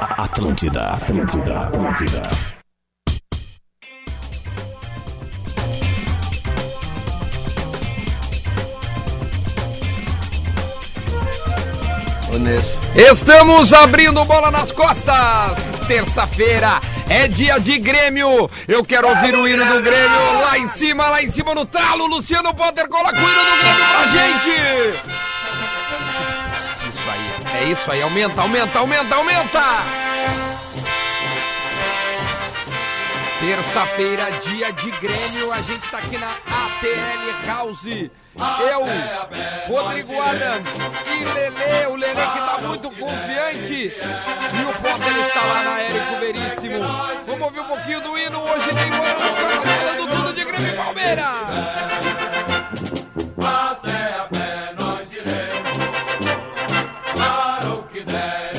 Atlântida, Atlântida, Atlântida. Estamos abrindo bola nas costas. Terça-feira é dia de Grêmio. Eu quero ouvir o hino do Grêmio lá em cima, lá em cima no talo. Luciano Potter coloca o hino do Grêmio pra gente. Isso aí, é isso aí. Aumenta, aumenta, aumenta, aumenta. Terça-feira, dia de Grêmio, a gente tá aqui na APL House. Eu, Rodrigo Adams e Lele, o Lele que tá muito confiante. E o Potter está lá na Érico Veríssimo. Vamos ouvir um pouquinho do hino hoje, tem bola nas costas, falando tudo de Grêmio e Palmeiras.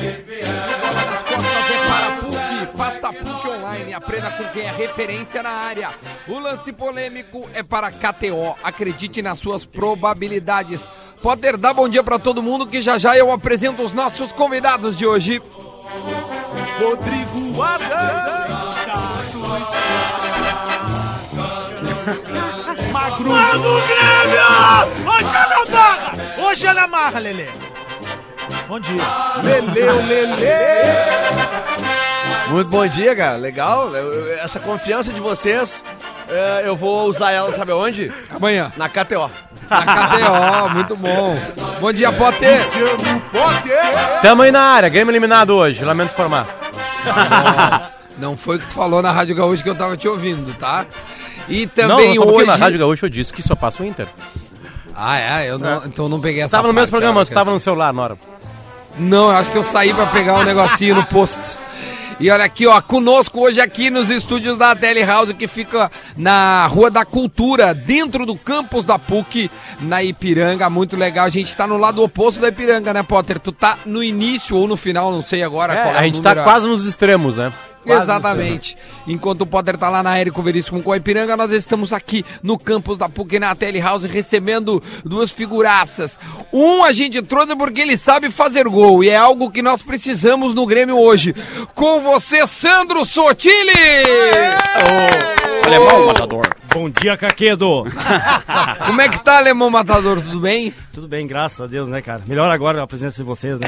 Nas costas é para a PUC, faça a PUC online, aprenda com quem é referência na área. O lance polêmico é para KTO, acredite nas suas probabilidades. Poder dar bom dia para todo mundo que já já eu apresento os nossos convidados de hoje. Rodrigo Adams. Magro. Vamos, Grêmio! Hoje é na barra! Hoje é na marra, Lelê. Bom dia. Lelê, o Lelê. Muito bom dia, cara. Legal. Eu- eu- Essa confiança de vocês, eh, eu vou usar ela, sabe aonde? Amanhã, Na KTO. na KTO, muito bom. Bom dia, Potter. Luciano Potter. Tamo aí na área, Grêmio eliminado hoje, lamento formar. Não foi o que tu falou na Rádio Gaúcha que eu tava te ouvindo, tá? E não, um não, também só porque hoje. na Rádio Gaúcha eu disse que só passa o Inter. Ah, é? Eu não, Então não peguei essa Tava no mesmo parte, programa, olha, você cara. tava no celular na hora. Não, eu acho que eu saí pra pegar um negocinho no posto. E olha aqui, ó, conosco hoje aqui nos estúdios da Tele House, que fica na Rua da Cultura, dentro do campus da PUC, na Ipiranga. Muito legal. A gente tá no lado oposto da Ipiranga, né, Potter? Tu tá no início ou no final, não sei agora É, qual é a o gente tá número. quase nos extremos, né? Quase nos extremos. Exatamente. Enquanto o Potter tá lá na Érico Veríssimo com a Ipiranga, nós estamos aqui no campus da PUC na Tele House recebendo duas figuraças. Um a gente trouxe porque ele sabe fazer gol e é algo que nós precisamos no Grêmio hoje. Com você, Sandro Sotile! Alemão, matador. Bom dia, Caquedo! Como é que tá, Alemão Matador? Tudo bem? Tudo bem, graças a Deus, né, cara? Melhor agora a presença de vocês, né?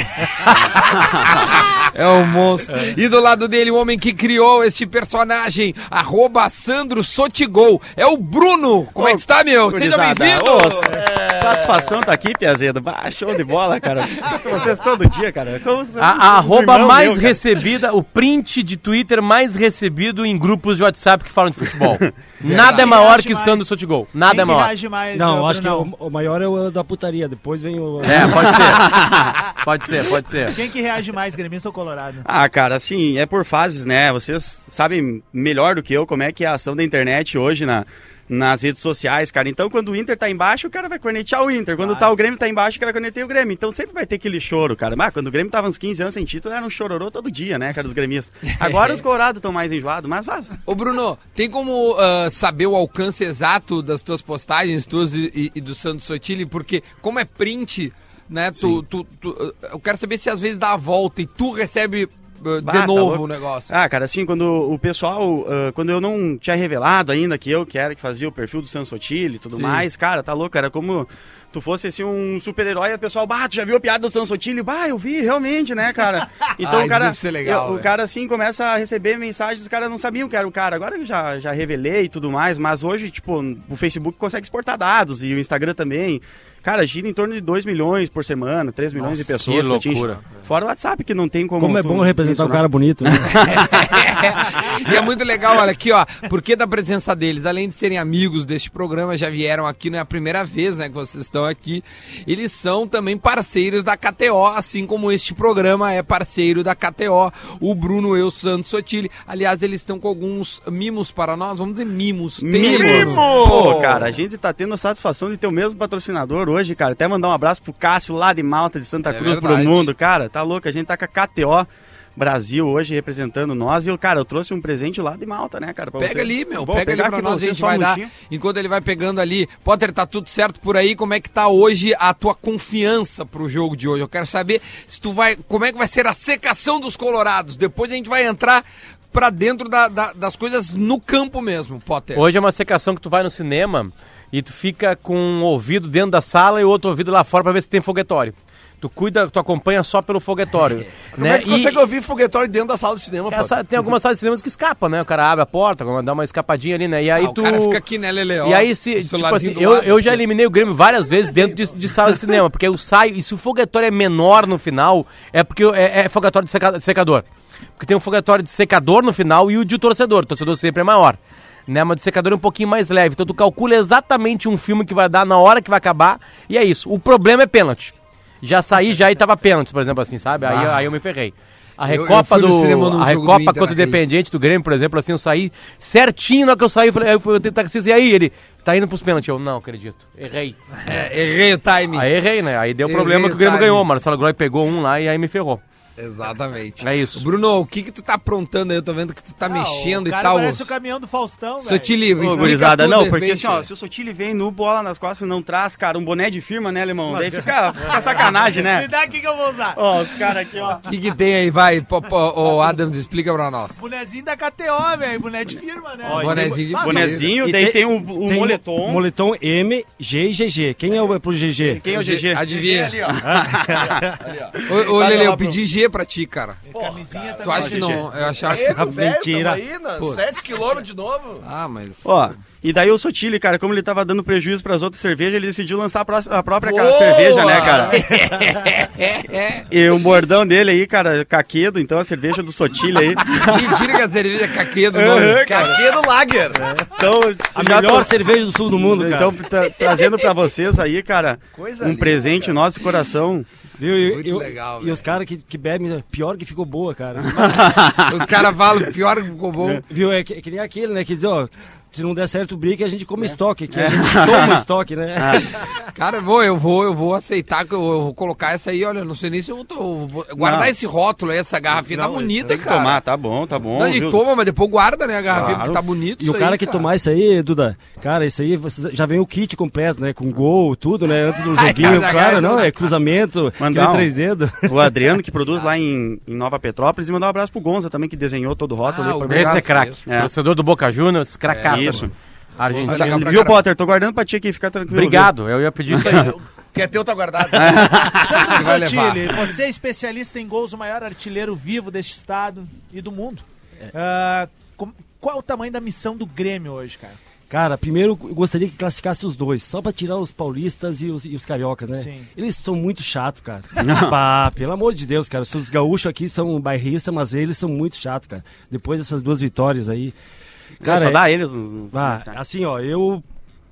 É um monstro. E do lado dele, o homem que criou este personagem, arroba Sandro Sotigol, é o Bruno. Como é que tá, meu? Seja Gurizada. bem-vindo! Ô, é. Satisfação tá aqui, Piazedo. Bah, show de bola, cara. Escuto vocês todo dia, cara. Como se- A, a um arroba irmão mais meu, cara. recebida, o print de Twitter mais recebido em grupos de WhatsApp que falam de futebol. Nada é maior que o Sandro Sotigol. Nada é Quem que maior. reage mais? Não, eh, acho que o, Brunão? o maior é o da putaria, depois vem o. É, pode ser. Pode ser, pode ser. Quem que reage mais, gremista ou Tá colorado? Ah, cara, assim, é por fases, né? Vocês sabem melhor do que eu como é que é a ação da internet hoje na, nas redes sociais, cara. Então, quando o Inter tá embaixo, o cara vai cornetear o Inter. Quando tá o Grêmio tá embaixo, o cara corneteia o Grêmio. Então, sempre vai ter aquele choro, cara. Mas quando o Grêmio tava uns 15 anos sem título, era um chororô todo dia, né, cara, os gremistas. Agora os colorados estão mais enjoados, mas vaza. Ô Bruno, tem como ah, saber o alcance exato das tuas postagens, tuas e, e- e do Sandro Sotile? Porque como é print, né? Tu, tu- tu- ah, eu quero saber se às vezes dá a volta e tu recebe ah, Bah, de tá novo louco. o negócio. Ah, cara, assim, quando o pessoal, ah, quando eu não tinha revelado ainda que eu que era que fazia o perfil do Sam Sotile e tudo Sim. mais, cara, tá louco, era como tu fosse assim um super-herói, e o pessoal, bah, tu já viu a piada do Sam Sotile? Bah, eu vi, realmente, né, cara? Ah, Então isso o cara, deve ser legal, é. eu- o velho. cara assim começa a receber mensagens, os caras não sabiam que era o cara. Agora eu já já revelei e tudo mais, mas hoje, tipo, o Facebook consegue exportar dados e o Instagram também. Cara, gira em torno de 2 milhões por semana, 3 milhões de Nossa, pessoas. que tu atinge. loucura. Fora o WhatsApp, que não tem como. Como é tu bom representar um mencionar. cara bonito, né? e é muito legal, olha aqui, ó. Porque da presença deles, além de serem amigos deste programa, já vieram aqui, não é a primeira vez, né, que vocês estão aqui. Eles são também parceiros da KTO, assim como este programa é parceiro da KTO. O Bruno eu, Santos Sotile. Aliás, eles estão com alguns mimos para nós, vamos dizer mimos. Tem aí, Mimos! Bruno? Pô, cara, a gente tá tendo a satisfação de ter o mesmo patrocinador hoje, cara. Até mandar um abraço pro Cássio lá de Malta, de Santa É Cruz, verdade. pro mundo, cara. Tá louco, a gente tá com a KTO. Brasil hoje representando nós. E, eu, cara, eu trouxe um presente lá de Malta, né, cara? pra Pega você. ali, meu. Vou pega ali pegar pra aqui nós, a você, gente só um vai dar. minutinho. Enquanto ele vai pegando ali. Potter, tá tudo certo por aí? Como é que tá hoje a tua confiança pro jogo de hoje? Eu quero saber se tu vai. Como é que vai ser a secação dos colorados? Depois a gente vai entrar pra dentro da- da- das coisas no campo mesmo, Potter. Hoje é uma secação que tu vai no cinema e tu fica com um ouvido dentro da sala e outro ouvido lá fora pra ver se tem foguetório. Tu cuida, tu acompanha só pelo foguetório. Como né? é que consegue E- ouvir um foguetório dentro da sala de cinema, pô? essa- tem algumas salas de cinemas que escapam, né? O cara abre a porta, dá uma escapadinha ali, né? E aí Ah, tu. O cara fica aqui, né, Lele? Ó, E aí, o se, tipo celularzinho assim, do eu, lado. né? eu já eliminei o Grêmio várias vezes dentro de, de sala de cinema, porque eu saio, e se o fogatório é menor no final, é porque eu- é, é fogatório de seca- de secador. Porque tem um fogatório de secador no final e o de torcedor. O torcedor sempre é maior. Né? Mas o secador é um pouquinho mais leve. Então tu calcula exatamente um filme que vai dar na hora que vai acabar. E é isso. O problema é pênalti. Já saí, já e tava pênalti, por exemplo, assim, sabe? Aí, aí eu me ferrei. A Ah. Eu- eu Recopa fui no cinema do. num A jogo do Recopa Inter contra o naquele Independiente do Grêmio, por exemplo, assim, eu saí certinho na hora que eu saí, eu falei, aí eu fui- eu tenho taxista, e aí ele, tá indo pros pênaltis, eu não acredito, errei. É, errei o timing. Aí errei, né, aí deu Errei problema que o Grêmio tá o timing. ganhou, Marcelo Groy pegou um lá e aí me ferrou. Exatamente. É isso. Bruno, o que que tu tá aprontando aí? Eu tô vendo que tu tá mexendo Ah, o e cara tal. Parece o caminhão do Faustão, Se eu te velho. livro, Ô, explica gurizada, tudo não, de porque repente. assim, ó, se o Sotile vem no bola nas costas e não traz, cara, um boné de firma, né, alemão? Daí fica, fica sacanagem, Me né? dá aqui que eu vou usar. Ó, os caras aqui, ó. O que que tem aí? Vai, pô, pô, ô, Adams, explica pra nós. Bonezinho da KTO, velho. Boné de firma, né? Bonezinho de Mas, firma. Bonezinho, E daí tem- tem o, o Tem moletom. Moletom M, G e GG. Quem é o é pro GG? Quem é o GG? Adivinha. Ali, ó. Ô, ô Olha Lele, lá eu pro- pedi G pra ti, cara. Camisinha Tu também. acha que não? Eu achava que... Nego, velho, Mentira. tamo aí, né? Putz. 7 quilômetros de novo. Ah, mas... Ó, e daí o Sotile, cara, como ele tava dando prejuízo pras outras cervejas, ele decidiu lançar a, pró- a própria cara, Boa! cerveja, né, cara? e o bordão dele aí, cara, caquedo, então a cerveja do Sotile aí. Mentira que a cerveja é caquedo, Aham, não. cara. Aqui no Lager. Então, A já melhor tô- cerveja do sul do mundo, cara. Então, tra- trazendo pra vocês aí, cara, um presente nosso de coração. Viu? E- Muito eu- legal, E velho. os caras que, que bebem, pior que ficou boa, cara. Os caras falam pior que ficou bom. Viu? É que, que nem aquele, né? Que diz, ó, se não der certo o brick, a gente come estoque aqui. A gente toma estoque, né? Cara, eu vou, eu vou, eu vou aceitar, que eu, eu vou colocar essa aí, olha, eu não sei nem se eu vou... eu vou guardar Não. esse rótulo aí, essa garrafinha tá Não, bonita, cara. Tomar, tá bom, tá bom. Não, viu? e toma, mas depois guarda, né, a garrafinha, porque tá bonito E o isso cara aí, que tomar isso aí, Duda, cara, isso aí você já vem o kit completo, né? Com gol, tudo, né? Antes do joguinho, cara, claro, cara, não, Duda. é cruzamento, Mandar aquele um. três dedos. O Adriano, que produz lá em, em Nova Petrópolis, e mandar um abraço pro Gonza também, que desenhou todo o rótulo. Ah, aí o pra mim. Gonza Esse é Graças craque, mesmo. É. torcedor do Boca Juniors, cracaça. isso. mano. Argentino. Vai jogar pra Viu, caralho. Potter? Tô guardando pra ti aqui, fica tranquilo. viu? Obrigado, eu ia pedir isso aí. Que é teu, tá guardado. Sandro vai levar. Sotile, você é especialista em gols, o maior artilheiro vivo deste estado e do mundo. É. Ah, com- qual o tamanho da missão do Grêmio hoje, cara? Cara, primeiro eu gostaria que classificasse os dois, só pra tirar os paulistas e os, e os cariocas, né? Sim. Eles são muito chatos, cara. Pá, pelo amor de Deus, cara. Os gaúchos aqui são bairristas, mas eles são muito chatos, cara. Depois dessas duas vitórias aí. Cara, só é- dá eles nos, nos- Ah, nos- assim, ó, eu,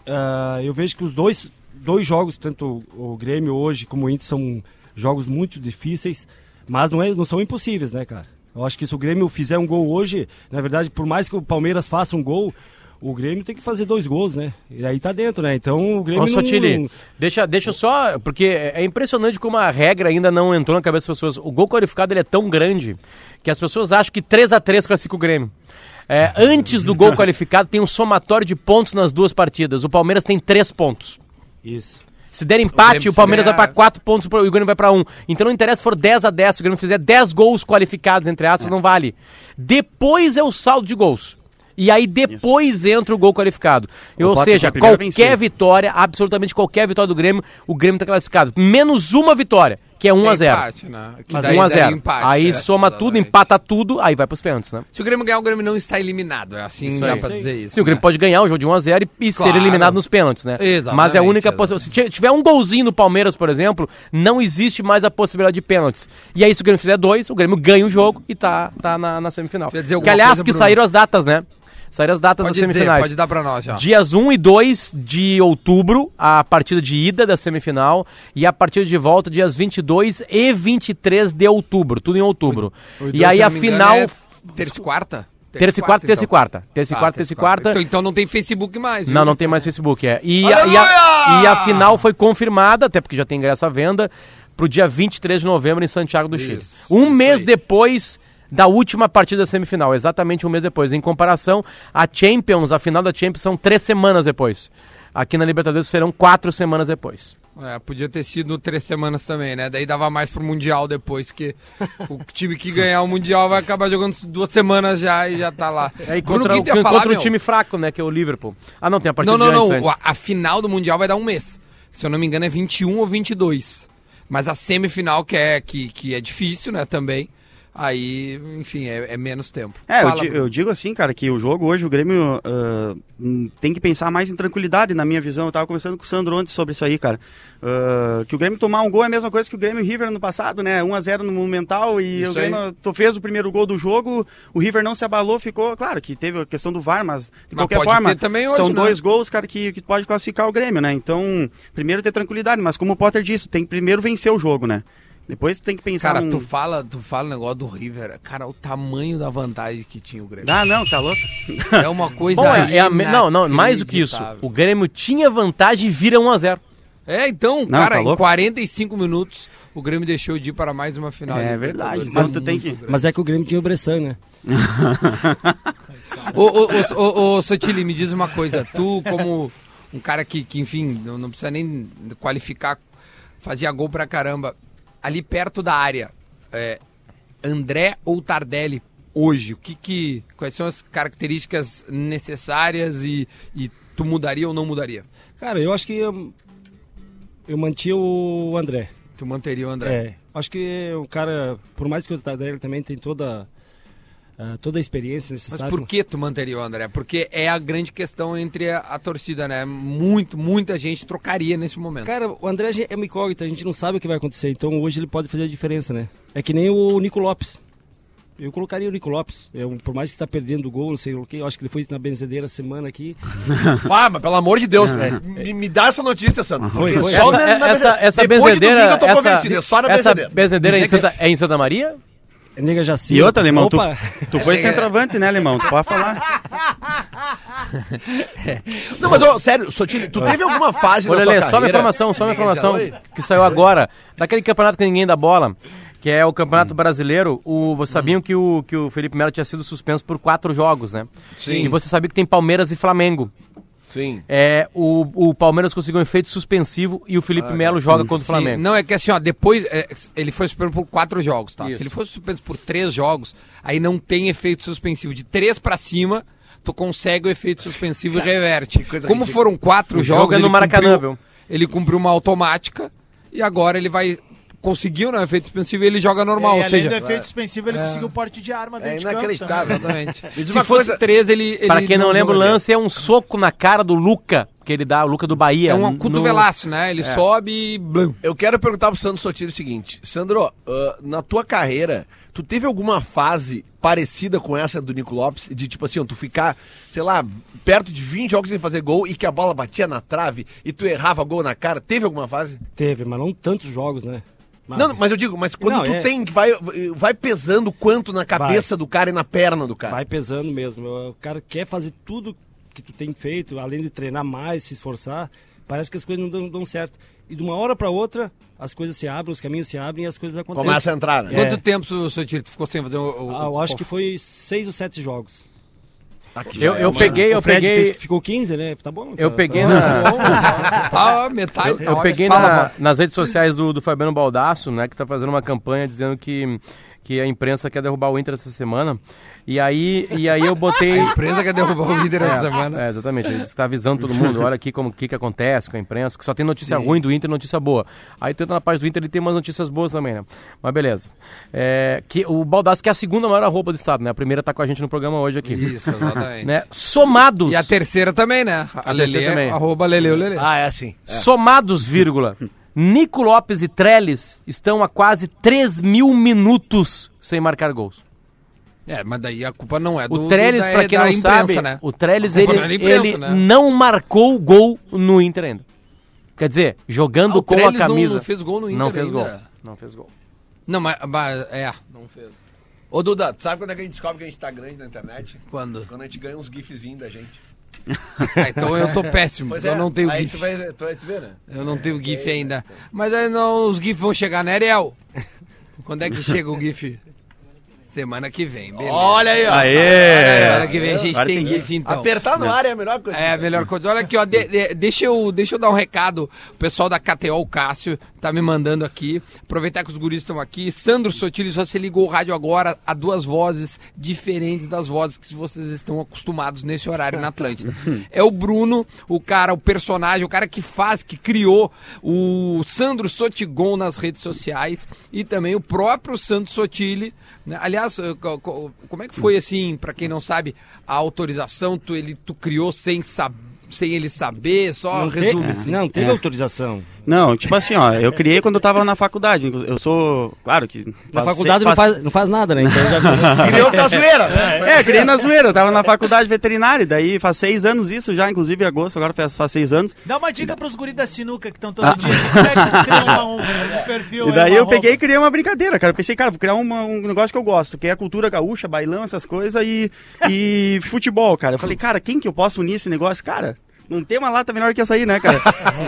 ah, eu vejo que os dois, dois jogos, tanto o, o Grêmio hoje como o Inter, são jogos muito difíceis, mas não, é, não são impossíveis, né, cara? Eu acho que se o Grêmio fizer um gol hoje, na verdade, por mais que o Palmeiras faça um gol, o Grêmio tem que fazer dois gols, né? E aí tá dentro, né? Então o Grêmio. Ô, não- Sotile, deixa, deixa eu só. Porque é é impressionante como a regra ainda não entrou na cabeça das pessoas. O gol qualificado ele é tão grande que as pessoas acham que 3 a 3 classifica o Grêmio. É, antes do gol qualificado, tem um somatório de pontos nas duas partidas. O Palmeiras tem três pontos. Isso. Se der empate, Grêmio o, Palmeiras se ganhar- vai pra 4 pontos pro- e o Grêmio vai pra 1. Então não interessa se for 10 a 10, se o Grêmio fizer 10 gols qualificados, entre aspas, não vale. Depois é o saldo de gols. E aí depois entra o gol qualificado. Ou Potter seja, foi o primeiro a qualquer vencer. vitória, absolutamente qualquer vitória do Grêmio, o Grêmio tá classificado. Menos uma vitória, que é 1 a 0. Empate, né? Que Mas daí 1 a daria 0. empate, aí é, soma tudo, exatamente. empata tudo, aí vai pros pênaltis, né? Se o Grêmio ganhar, o Grêmio não está eliminado. É assim Isso dá aí. pra dizer isso. Sim, o Grêmio né? pode ganhar o jogo de 1x0 e, e ser Claro. eliminado nos pênaltis, né? Exatamente, Mas é a única exatamente. possibilidade. Se ti- tiver um golzinho no Palmeiras, por exemplo, não existe mais a possibilidade de pênaltis. E aí, se o Grêmio fizer dois, o Grêmio ganha o jogo e tá, tá na, na semifinal. Quer dizer que, alguma aliás, coisa, que Bruno? saíram as datas, né? Saíram as datas Pode das dizer, semifinais. pode dar pra nós já. Dias 1 e 2 de outubro, a partida de ida da semifinal e a partida de volta dias 22 e 23 de outubro, tudo em outubro. O- os e dois, aí se a não me engano, final é terça e quarta? Terça e quarta, terça e então. quarta. Terça e Ah, quarta, terça e quarta. Então, então não tem Facebook mais. Não, viu? não tem mais Facebook, é. E a, e, a, e a final foi confirmada, até porque já tem ingresso à venda, pro dia 23 de novembro em Santiago do Chile. Isso, Um isso mês aí. depois da última partida da semifinal, exatamente um mês depois. Em comparação, a Champions, a final da Champions, são três semanas depois. Aqui na Libertadores serão quatro semanas depois. É, podia ter sido três semanas também, né? Daí dava mais pro Mundial depois, que o time que ganhar o Mundial vai acabar jogando duas semanas já e já tá lá. É, e Bruno, contra, o o, que tu ia falar, contra o meu? time fraco, né? Que é o Liverpool. Ah, não, tem a partida Não, não, de antes, não. antes. A, a final do Mundial vai dar um mês. Se eu não me engano, é 21 ou 22. Mas a semifinal, que é, que, que é difícil, né, também. Aí, enfim, é, é menos tempo. É, eu, Fala, di- Bruno. eu digo assim, cara, que o jogo hoje, o Grêmio ah, hum, tem que pensar mais em tranquilidade, na minha visão. Eu tava conversando com o Sandro ontem sobre isso aí, cara. Ah, que o Grêmio tomar um gol é a mesma coisa que o Grêmio e o River no passado, né? 1x0 no Monumental e Isso o Grêmio aí. to- fez o primeiro gol do jogo, o River não se abalou, ficou. Claro que teve a questão do VAR, mas de Mas qualquer pode forma, ter também hoje, são né? dois gols, cara, que, que pode classificar o Grêmio, né? Então, primeiro ter tranquilidade, mas como o Potter disse, tem que primeiro vencer o jogo, né? Depois tem que pensar. Cara, num- tu fala, tu fala o negócio do River. Cara, o tamanho da vantagem que tinha o Grêmio. Ah, não, tá louco? É uma coisa. Bom, é, é a me- não, não, mais do que isso. inacreditável. O Grêmio tinha vantagem e vira 1x0. É, então, Não, cara, tá em louco? 45 minutos o Grêmio deixou de ir para mais uma final. É de verdade, Libertadores. então tu tem que- grande. Mas é que o Grêmio tinha o Bressan, né? Ô, ô, ô, ô, ô, Sotile, me diz uma coisa. Tu, como um cara que, que, enfim, não, não precisa nem qualificar, fazia gol pra caramba. Ali perto da área, é, André ou Tardelli, hoje, o que que... Quais são as características necessárias e, e tu mudaria ou não mudaria? Cara, eu acho que eu, eu mantinha o André. Tu manteria o André? É, acho que o cara, por mais que o Tardelli também tem toda, ah, toda a experiência Mas necessária. por que tu manteria o André? Porque é a grande questão entre a, a torcida, né? Muito, muita gente trocaria nesse momento. Cara, o André é uma incógnita, a gente não sabe o que vai acontecer, então hoje ele pode fazer a diferença, né? É que nem o Nico Lopes. Eu colocaria o Nico Lopes, é um- por mais que está perdendo o gol, não sei o que, eu acho que ele foi na benzedeira essa semana aqui. Pá, mas pelo amor de Deus, né? Me, me dá essa notícia, Sandro. Foi, Porque foi. só Essa, na- essa, na benze- essa depois de benzedeira. domingo eu tô convencido, é essa só na essa benzedeira. benzedeira é em, Santa, é em Santa Maria? É nega Jaci. E outra, Alemão, tu, Opa! tu foi centroavante, né, Alemão? Tu pode falar. Não, mas ó, sério, Sotile, tu teve alguma fase Olha, na tua Lê, só uma carreira- informação, só uma Ninguém já informação foi? que saiu agora. Daquele campeonato que ninguém dá bola, que é o Hum. Campeonato Brasileiro, o, vocês sabiam que, o, que o Felipe Melo tinha sido suspenso por quatro jogos, né? Sim. E você sabia que tem Palmeiras e Flamengo. Sim. É, o, o Palmeiras conseguiu um efeito suspensivo e o Felipe Ah, Melo joga contra o Sim, Flamengo. Não, é que assim, ó, depois. é, ele foi suspenso por quatro jogos, tá? Isso. Se ele fosse suspenso por três jogos, aí não tem efeito suspensivo. De três pra cima, tu consegue o efeito suspensivo e reverte. coisa Como ridícula. foram quatro O jogos. jogo é no ele Maracanã, cumpriu- viu? Ele cumpriu uma automática e agora ele vai. Conseguiu, né? o Efeito suspensivo e ele joga normal. e ou além seja, é. Ah, do efeito suspensivo, ele conseguiu porte de arma dentro É de campo também. inacreditável. Exatamente. Se diz fosse uma coisa- três, ele. ele Para quem não, lembra, o jogaria. lance é um soco na cara do Luca, que ele dá, o Luca do Bahia. É um no- É. cotovelaço, né? Ele sobe e. blum. Eu quero perguntar pro Sandro Sotile o seguinte. Sandro, ah, na tua carreira, tu teve alguma fase parecida com essa do Nico Lopes? De tipo assim, ó, tu ficar, sei lá, perto de 20 jogos sem fazer gol e que a bola batia na trave e tu errava gol na cara? Teve alguma fase? Teve, mas não tantos jogos, né? Mas- Não, mas eu digo, mas quando Não, tu é- tem, vai, vai pesando quanto na cabeça do cara e na perna do cara. Vai pesando mesmo. O cara quer fazer tudo que tu tem feito, além de treinar mais, se esforçar, parece que as coisas não dão, dão certo. E de uma hora para outra, as coisas se abrem, os caminhos se abrem e as coisas acontecem. Começa a entrar, né? É. Quanto tempo, seu seu tiro, tu ficou sem fazer o. o- Ah, eu o- acho que foi seis ou sete jogos. Aqui Eu, já é eu uma- peguei, eu o Fred peguei. fez- ficou 15, né? Tá bom. Eu tá- peguei tá bom. na. Tá, metade. Eu, tá eu ótimo. peguei Fala, na- Bob. nas redes sociais do, do Fabiano Baldasso, né, que tá fazendo uma campanha dizendo que, que a imprensa quer derrubar o Inter essa semana. E aí, e aí eu botei. A empresa quer derrubar o líder essa semana. É, exatamente, ele está avisando todo mundo, olha aqui como o que, que acontece com a imprensa, que só tem notícia ruim do Inter e notícia boa. Aí tanto na parte do Inter ele tem umas notícias boas também, né? Mas beleza. É, que, o Baldasso que é a segunda maior roupa do estado, né? A primeira tá com a gente no programa hoje aqui. É. Isso, exatamente. Né? Somados. E a terceira também, né? A, A Lele, terceira também. arroba Lele, o Lele. Ah, é assim. Somados, vírgula. Nico Lopes e Trellis estão a quase 3 mil minutos sem marcar gols. É, mas daí a culpa não é O do Trellis, do- pra quem da não imprensa, sabe, né? o Trellis, A ele, culpa não é da imprensa, ele né? não marcou gol no Inter ainda. Quer dizer, jogando Ah, o com Trellis a não- camisa. não fez gol no Inter Não fez ainda. gol. Não fez gol. Não, mas, mas- é, não fez. Ô, Duda, tu sabe quando é que a gente descobre que a gente tá grande na internet? Quando? Quando a gente ganha uns gifzinhos da gente. Ah, então eu tô péssimo, eu não tenho é, aí GIF. tu vai, tu vai tu vê, né? Eu não tenho GIF ainda. Mas aí não, os GIF vão chegar, né, Ariel? Quando é que chega o GIF? Semana que vem, beleza. Olha aí, ó. Semana Aê! que vem a gente Agora tem tem que- GIF, então. Apertar no ar é a melhor coisa. É a melhor coisa. Olha aqui, ó. de- de- deixa, eu, deixa eu dar um recado. O pessoal da KTO, o Cássio, tá me mandando aqui. Aproveitar que os guris estão aqui. Sandro Sotilho, você ligou o rádio agora a duas vozes diferentes das vozes que vocês estão acostumados nesse horário na Atlântida. É o Bruno, o cara, o personagem, o cara que faz, que criou o Sandro Sotigon nas redes sociais e também o próprio Sandro Sotile. né? Aliás, eh, co- co- como é que foi assim, pra quem não sabe, a autorização tu, ele, tu criou sem saber? Sem ele saber, só Não, te- resume. assim. não teve É. autorização. Não, tipo assim, ó, eu criei quando eu tava na faculdade. inclu- Eu sou, claro que. Na faz- faculdade não, faz- faz, não faz nada, né? Então já... Criou da zoeira. né? É, eu criei na zoeira, eu tava na faculdade veterinária, daí faz seis anos isso já, inclusive em agosto, agora faz, faz seis anos. né? Dá uma dica pros guris da sinuca que estão Ah. todo dia. Como é que cria um, um perfil? E aí, daí uma eu peguei e roupa? criei uma brincadeira, cara. Eu pensei, cara, vou criar uma- um negócio que eu gosto, que é a cultura gaúcha, bailão, essas coisas e, e futebol, cara. Eu falei, cara, quem que eu posso unir esse negócio? Cara, não tem uma lata melhor que essa aí, né, cara?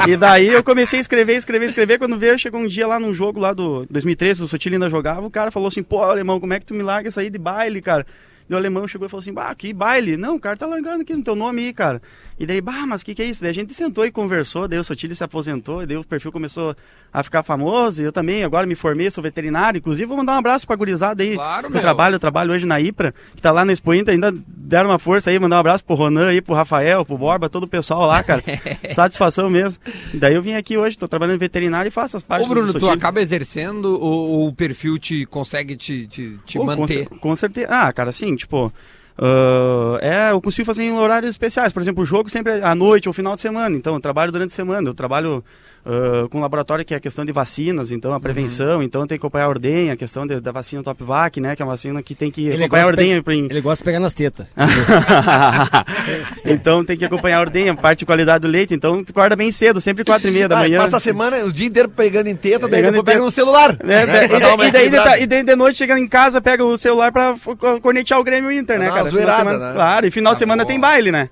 e daí eu comecei a escrever, escrever, escrever. Quando veio, chegou um dia lá num jogo lá do 2013, o Sotil ainda jogava, o cara falou assim, pô, alemão, como é que tu me larga isso aí de baile, cara? E o alemão chegou e falou assim, bah, que baile. Não, o cara tá largando aqui no teu nome aí, cara. E daí, bah, mas o que, que é isso? Daí a gente sentou e conversou, daí o Sotilho se aposentou, e daí o perfil começou a ficar famoso, e eu também agora me formei, sou veterinário, inclusive vou mandar um abraço pra gurizada aí. Claro, eu meu. trabalho, eu trabalho hoje na IPRA, que tá lá na Expo Inter, ainda deram uma força aí, mandar um abraço pro Ronan aí, pro Rafael, pro Borba, todo o pessoal lá, cara. Satisfação mesmo. Daí eu vim aqui hoje, tô trabalhando em veterinário e faço as Ô partes Bruno, tu Sotilho. acaba exercendo ou, ou o perfil te consegue te, te, te Pô, com manter? cer- Com, certeza. Ah, cara, assim, tipo. ah, é, eu consigo fazer em horários especiais. Por exemplo, o jogo sempre é à noite ou final de semana. Então, eu trabalho durante a semana. Eu trabalho ah, com um laboratório que é a questão de vacinas, então a prevenção. Então, tem que acompanhar a ordenha, a questão de- da vacina TopVac, né? Que é uma vacina que tem que acompanhar a gosta de ordenha. pe- pra- em- ele é gosta de pegar nas tetas. então, tem que acompanhar a ordenha, parte de qualidade do leite. Então, tu acorda bem cedo, sempre quatro e meia da Ah, manhã. né? É, Passa a semana, o dia inteiro pegando em teta, daí Pegando depois em pega teta. no celular. Né? Pra E, dar daí- uma e daí de, equilibrada. ta- e daí de noite chegando em casa, pega o celular pra f- co- cornetear o Grêmio e o Inter, né, Dá uma cara? Final de zoeirada, semana- né? Claro, e final Tá de semana bom. tem baile, né?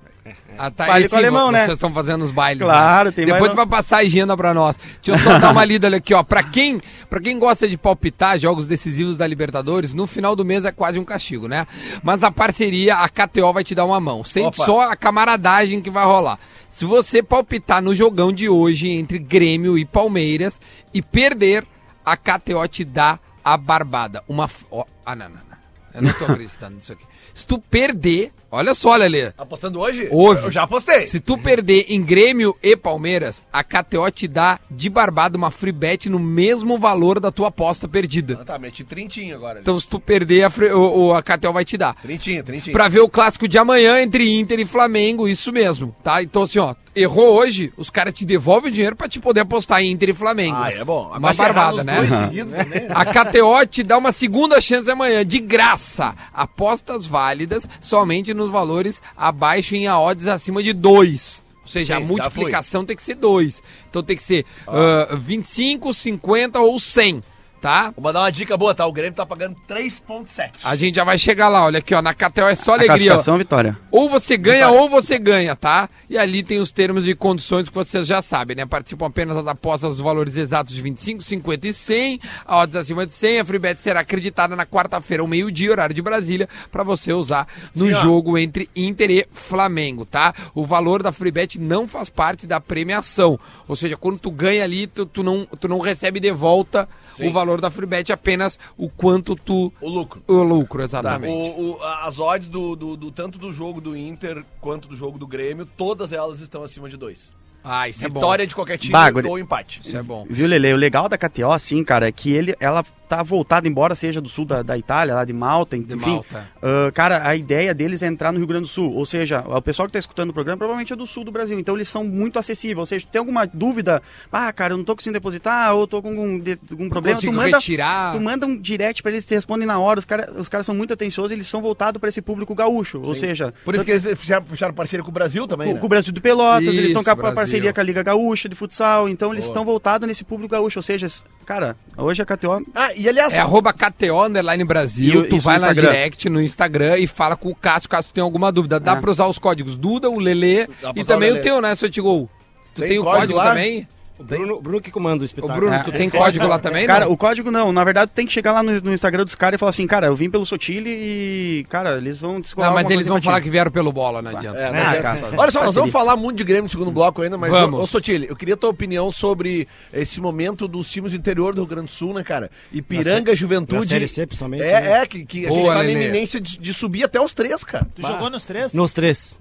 Ah, tá. Baile Esse com alemão, vo- né? Vocês estão fazendo os bailes. Claro, né? tem Depois baile- tu vai passar a agenda pra nós. Deixa eu só dar uma lida aqui, ó. Pra quem, pra quem gosta de palpitar jogos decisivos da Libertadores, no final do mês é quase um castigo, né? Mas a parceria, a KTO vai te dar uma mão. Sente Opa. só a camaradagem que vai rolar. Se você palpitar no jogão de hoje entre Grêmio e Palmeiras e perder, a KTO te dá a barbada. Uma. f- ó, ah, não, não, não. Eu não tô acreditando nisso aqui. Se tu perder, olha só, Lelê. Apostando hoje? Hoje. Eu já apostei. Se tu perder em Grêmio e Palmeiras, a KTO te dá de barbada uma free bet no mesmo valor da tua aposta perdida. Ah, tá, meti trintinho agora. ali. Então se tu perder, a, free, o, o- a KTO vai te dar. Trintinho, trintinho. Pra ver o clássico de amanhã entre Inter e Flamengo, isso mesmo, tá? Então assim, ó, errou hoje, os caras te devolvem o dinheiro pra te poder apostar em Inter e Flamengo. Ah, é bom. Uma Agora se errar barbada, nos né? dois seguidos também, né? A KTO te dá uma segunda chance amanhã, de graça. Apostas válidas somente nos valores abaixo em a odds acima de 2. Ou seja, a Sim, já multiplicação tem que ser 2. Então tem que ser ah, 25, 50 ou 100, tá? Vou mandar uma dica boa, tá? O Grêmio tá pagando 3.7. A gente já vai chegar lá, olha aqui, ó. Na KTO é só alegria. ó. classificação, vitória. Ou você ganha ou você ganha, tá? E ali tem os termos e condições que vocês já sabem, né? Participam apenas as apostas dos valores exatos de 25, 50 e 100. A odds acima de 100. A FreeBet será acreditada na quarta-feira, ao meio-dia, horário de Brasília, pra você usar no Sim, ó. jogo entre Inter e Flamengo, tá? O valor da FreeBet não faz parte da premiação. Ou seja, quando tu ganha ali, tu, tu não, tu não recebe de volta o valor da FreeBet, apenas o quanto tu... O lucro. O lucro, Tá, exatamente. o- o- as odds do, do- do- tanto do jogo do Inter quanto do jogo do Grêmio, todas elas estão acima de dois. Ah, isso é bom. Vitória de qualquer time Bagulho. ou empate. Isso é bom. Viu, Lele? O legal da KTO, assim, cara, é que ele, ela tá voltada, embora seja do sul da, da Itália, lá de Malta, enfim. Malta. ah, cara, a ideia deles é entrar no Rio Grande do Sul. Ou seja, o pessoal que tá escutando o programa provavelmente é do sul do Brasil. Então eles são muito acessíveis. Ou seja, tu tem alguma dúvida, ah, cara, eu não tô conseguindo depositar, ou tô com algum, de- algum problema, tu consigo manda, retirar. tu manda um direct pra eles, te respondem na hora. Os caras os caras são muito atenciosos, eles são voltados pra esse público gaúcho. Ou seja, Por isso que eles puxaram, puxaram parceria Então, com o Brasil também, com, né? com o Brasil de Pelotas, eles estão Isso, com a par- Brasil. parceria com a Liga Gaúcha de futsal, então eles estão voltados nesse público gaúcho, ou seja, s- cara, hoje a KTO Ah, e aliás, É arroba KTO Underline Brasil. E o- tu isso vai no na Instagram. direct no Instagram e fala com o Cássio, caso tu tenha alguma dúvida. Dá É. pra usar os códigos Duda, o Lelê Dá e pra usar o também o Lelê. teu, né, seu Tigol? Tu tem, Tem o código código lá? também? O Bruno, o Bruno que comanda o Ô, espetáculo. Bruno, É. tu tem código lá também, Cara, não? o código não. Na verdade, tu tem que chegar lá no, no Instagram dos caras e falar assim, cara, eu vim pelo Sotile e, cara, eles vão descolar Não, mas alguma eles coisa vão pra ti. falar que vieram pelo bola, não adianta. É, não Ah, adianta. cara. Olha só, nós Facilita. vamos falar muito de Grêmio no segundo bloco ainda, mas Vamos. ô, ô Sotile, eu queria a tua opinião sobre esse momento dos times do interior do Rio Grande do Sul, né, cara? Ipiranga, Juventude. na Série C, principalmente, É, né? é que, que a Boa, gente tá na Lelê. iminência de, de subir até os três, cara. Tu jogou nos três? Nos três.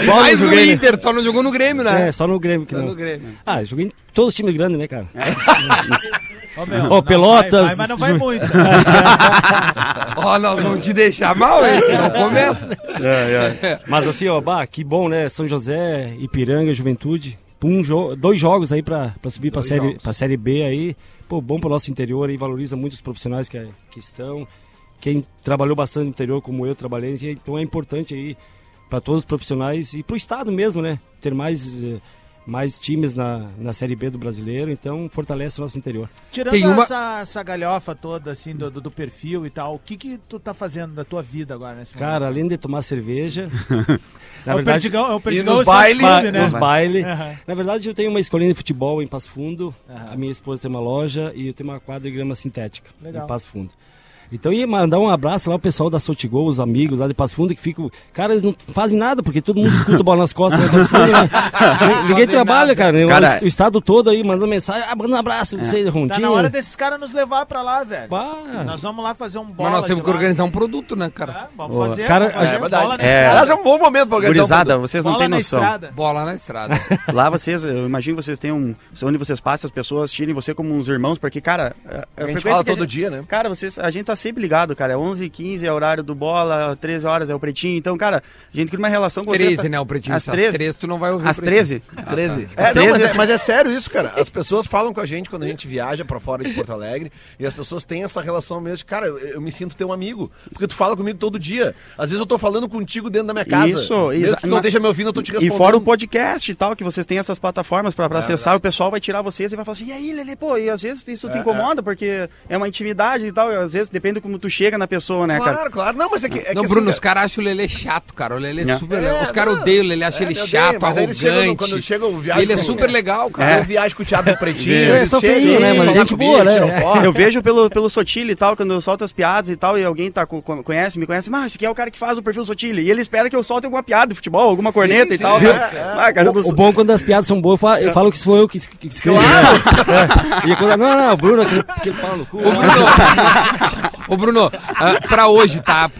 É. Mas no um Inter, só não jogou no Grêmio, né? É, só no Grêmio que Só não. no Grêmio. Ah, joguei em todos os times grandes, né, cara? Ô, meu, Ô, Pelotas, Vai, vai, mas não vai Ju- muito. Ó, nós vamos te deixar mal, É, hein? É. Tu Não começa. Mas assim, ó, bah, que bom, né? São José, Ipiranga, Juventude. Um jo dois jogos aí pra, pra subir pra série, pra série B aí. Pô, bom pro nosso interior aí, valoriza muito os profissionais que, que estão. Quem trabalhou bastante no interior, como eu trabalhei, então é importante aí pra todos os profissionais e pro Estado mesmo, né? Ter mais, eh, mais times na, na série B do brasileiro, então fortalece o nosso interior. Tirando Tem uma- essa, essa galhofa toda, assim, do, do, do perfil e tal, o que que tu tá fazendo da tua vida agora nesse momento? Cara, além de tomar cerveja, é na o verdade, Perdigão, é o Perdigão nos Esporte baile, Clube, ba- nos né? baile. Aham. Na verdade, eu tenho uma escolinha de futebol em Passo Fundo. Aham. A minha esposa tem uma loja e eu tenho uma quadra de grama sintética Legal. em Passo Fundo. Então, ia mandar um abraço lá ao pessoal da Sotigol, os amigos lá de Passo Fundo, que ficam. Cara, eles não fazem nada, porque todo mundo escuta bola nas costas lá em Passo Fundo, né? Ninguém- Ninguém trabalha, cara. Cara, É. O estado todo aí mandando mensagem. Ah, manda um abraço, vocês, Tá Rondinho. na hora desses caras nos levar pra lá, velho. Bah. Nós vamos lá fazer um bola. Mas nós temos de que lá. organizar um produto, né, cara? Tá, vamos fazer, Cara, vamos fazer é verdade. bola na É. Aliás, é estrada. um bom momento pra organizar um Gurizada, produto. vocês não Bola têm na noção. estrada. Bola na estrada. Lá vocês, eu imagino que vocês têm um. Onde vocês passam, as pessoas tirem você como uns irmãos, porque, cara. é, A gente fala todo dia, né? Cara, vocês, a gente tá sempre ligado, cara. É 11 15 é o horário do bola, 13 horas é o pretinho. Então, cara, a gente cria uma relação Às com vocês. 13, né? O pretinho. Às Às 13? 13 tu não vai ouvir. o Às Pretinho. 13? Ah, tá. Treze. É, não, Treze. mas, é, mas é sério isso, cara. As pessoas falam com a gente quando a gente viaja pra fora de Porto Alegre e as pessoas têm essa relação mesmo de, cara, eu, eu me sinto teu amigo. Porque tu fala comigo todo dia. Às vezes eu tô falando contigo dentro da minha casa. Isso, Mesmo exa- que tu não na- deixa me ouvindo, eu tô te E respondendo. É fora o podcast e tal, que vocês têm essas plataformas pra pra acessar, o pessoal vai tirar vocês e vai falar assim, e aí, Lele, pô, e às vezes isso te incomoda, porque é uma intimidade e tal, e às vezes depende como tu chega na pessoa, né, cara? Claro, claro. Não, mas é que. É não, que Bruno, assim, os caras acham o Lelê chato, cara. O Lelê é É. super É, legal. Os caras não. odeiam o Lelê, acham É, ele eu odeio, chato, mas aí arrogante. eles chegam no- quando chegam, eu viajo ele é com- super legal, cara, cara. Eu viajo com o Thiado Pretinho. É, eles são chegam, feinhos, né, mas falam gente comigo, boa, né? tiram foto. Eu vejo pelo, pelo Sotile e tal, quando eu solto as piadas e tal, e alguém tá, co- co- conhece, me conhece, mas esse aqui é o cara que faz o perfil do Sotile. E ele espera que eu solte alguma piada de futebol, alguma corneta e sim, tal. sim. né? Ah, cara, eu não O sou- bom é quando as piadas são boas, eu falo, eu falo que isso foi eu que, es- que escrevi. Claro. E é quando, não, não, o Bruno, aquele, aquele pau no cu. Ô, Bruno, ô, Bruno ah, pra hoje, tá?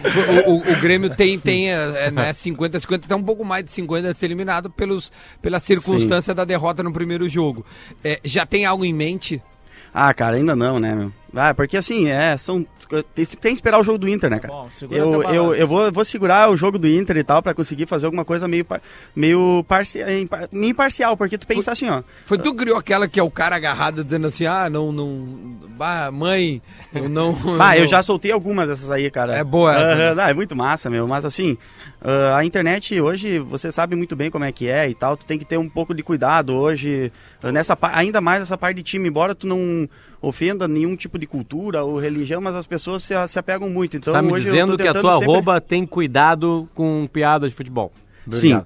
O, o- o Grêmio tem, tem é, é, né, 50, 50, tá um pouco mais de 50 de ser eliminado pelos, pela circunstância da derrota no primeiro jogo. É, já tem algo em mente? Ah, cara, ainda não, né, meu? Ah, porque assim, é, são. Tem, tem que esperar o jogo do Inter, né, cara? Bom, segura teu eu, eu, balanço. eu vou, vou segurar o jogo do Inter e tal pra conseguir fazer alguma coisa meio, par- meio, parci, em par- meio imparcial, porque tu pensa assim, ó. Foi tu que criou aquela que é o cara agarrado dizendo assim, ah, não, não, bah, mãe, eu não... Ah, eu não- já soltei algumas dessas aí, cara. É boa essa, né? Aham, não, é muito massa, meu. Mas assim, ah, a internet hoje, você sabe muito bem como é que é e tal. Tu tem que ter um pouco de cuidado hoje. ah, nessa pa- Ainda mais essa parte de time, embora tu não ofenda nenhum tipo de cultura ou religião, mas as pessoas se, se apegam muito. Então, tá me hoje eu dizendo tô que a tentando tua sempre- arroba tem cuidado com piada de futebol. Sim.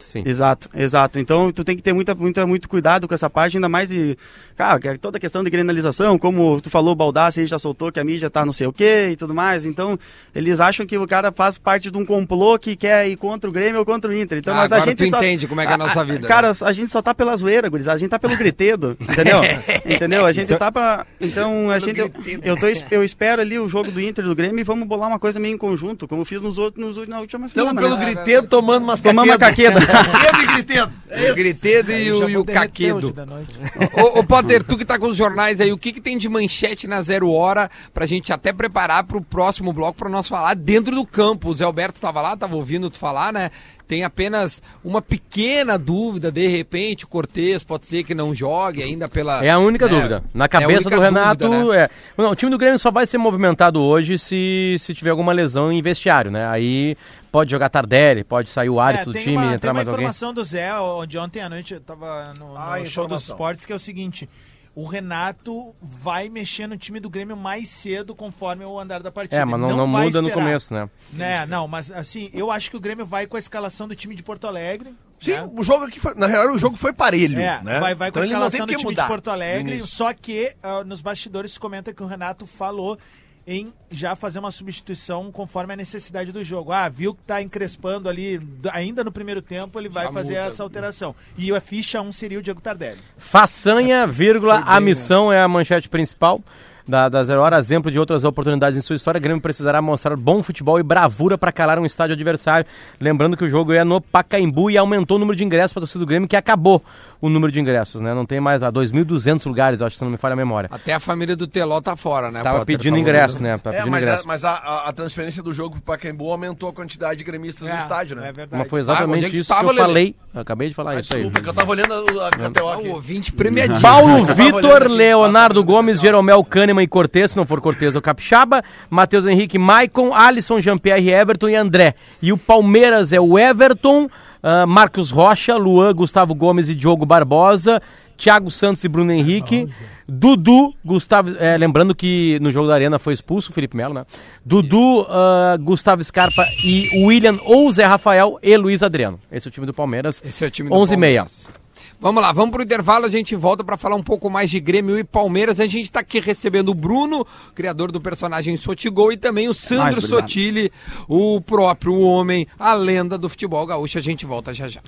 Sim. Exato, exato. Então tu tem que ter muita, muita, muito cuidado com essa parte, ainda mais e. Cara, que é toda a questão de grenalização, como tu falou, Baldassi aí já soltou que a mídia tá não sei o quê e tudo mais. Então, eles acham que o cara faz parte de um complô que quer ir contra o Grêmio ou contra o Inter. Então, Ah, mas a agora gente tu só- entende como é que é a nossa vida, Cara, a gente só tá pela zoeira, gurizada. A gente tá pelo gritedo, entendeu? entendeu? A gente tá pra. Então, a gente. Eu, eu, tô, es- eu espero ali o jogo do Inter e do Grêmio e vamos bolar uma coisa meio em conjunto, como eu fiz nos outros, nos, últimos- na última semana. Estamos pelo é né? gritedo tomando umas Tomamos uma caqueta. É. Gritedo e É gritedo. O gritedo e Eu já o, e vou o derreter caquedo. né? hoje da noite. Ô, ô Potter, tu que tá com os jornais aí, o que que tem de manchete na Zero Hora pra gente até preparar pro próximo bloco pra nós falar dentro do campo? O Zé Alberto tava lá, tava ouvindo tu falar, né? Tem apenas uma pequena dúvida, de repente o Cortez pode ser que não jogue ainda pela... É a única né? dúvida. É a Na cabeça única do Renato. dúvida, né? é. Não, o time do Grêmio só vai ser movimentado hoje se, se tiver alguma lesão em vestiário, né? Aí pode jogar Tardelli, pode sair o Ares É, do tem time, uma, tem entrar uma mais alguém. informação do Zé, onde ontem à noite eu tava no, no Ah, show dos informação. esportes, que é o seguinte: o Renato vai mexer no time do Grêmio mais cedo conforme o andar da partida. É, mas não, não vai muda no esperar, começo, né? Né, não, mas assim, eu acho que o Grêmio vai com a escalação do time de Porto Alegre. Sim, né? o jogo aqui foi. Na real, o jogo foi parelho. É, né? vai, vai com Então a ele não tem escalação do que time mudar de Porto no Alegre, início. só que ah, nos bastidores se comenta que o Renato falou em já fazer uma substituição conforme a necessidade do jogo. Ah, viu que tá encrespando ali, d- ainda no primeiro tempo, ele vai fazer essa alteração. E a ficha 1 seria o Diego Tardelli. Façanha, vírgula, a missão é a manchete principal da, da Zero Hora. Exemplo de outras oportunidades em sua história, Grêmio precisará mostrar bom futebol e bravura para calar um estádio adversário. Lembrando que o jogo é no Pacaembu e aumentou o número de ingressos para a torcida do Grêmio, que acabou o número de ingressos, né? Não tem mais lá, 2.200 lugares, acho, se não me falha a memória. Até a família do Teló tá fora, né? Tava Potter? pedindo Tá ingresso, ouvindo? né? Tava É, pedindo mas, a, ingresso. mas a- a- a transferência do jogo pro Pacaembu aumentou a quantidade de gremistas no estádio, né? É verdade. Mas foi Ah, onde exatamente é que tu isso que tava, eu Lelê? falei. Eu acabei de falar É isso aí. Desculpa, é que eu tava olhando a, a KTO Ah, O aqui. ouvinte premiadinho. Paulo Tava olhando tá Vitor, aqui. Leonardo Gomes, Jeromel Kahneman e Cortez, se não for Cortez, é o Capixaba, Matheus Henrique, Maicon, Alisson, Jean-Pierre, Everton e André. E o Palmeiras é o Everton, ah, Marcos Rocha, Luan, Gustavo Gomes e Diogo Barbosa, Thiago Santos e Bruno Henrique, Dudu, Gustavo, é, lembrando que no jogo da Arena foi expulso o Felipe Melo, né? Dudu, ah, Gustavo Scarpa e William ou Zé Rafael e Luiz Adriano. Esse é o time do Palmeiras. Esse é o time do 11 e meia. Palmeiras. Vamos lá, vamos pro intervalo, a gente volta para falar um pouco mais de Grêmio e Palmeiras. A gente tá aqui recebendo o Bruno, criador do personagem Sotigol, e também o Sandro Sotile, o próprio homem, a lenda do futebol gaúcho. A gente volta já já.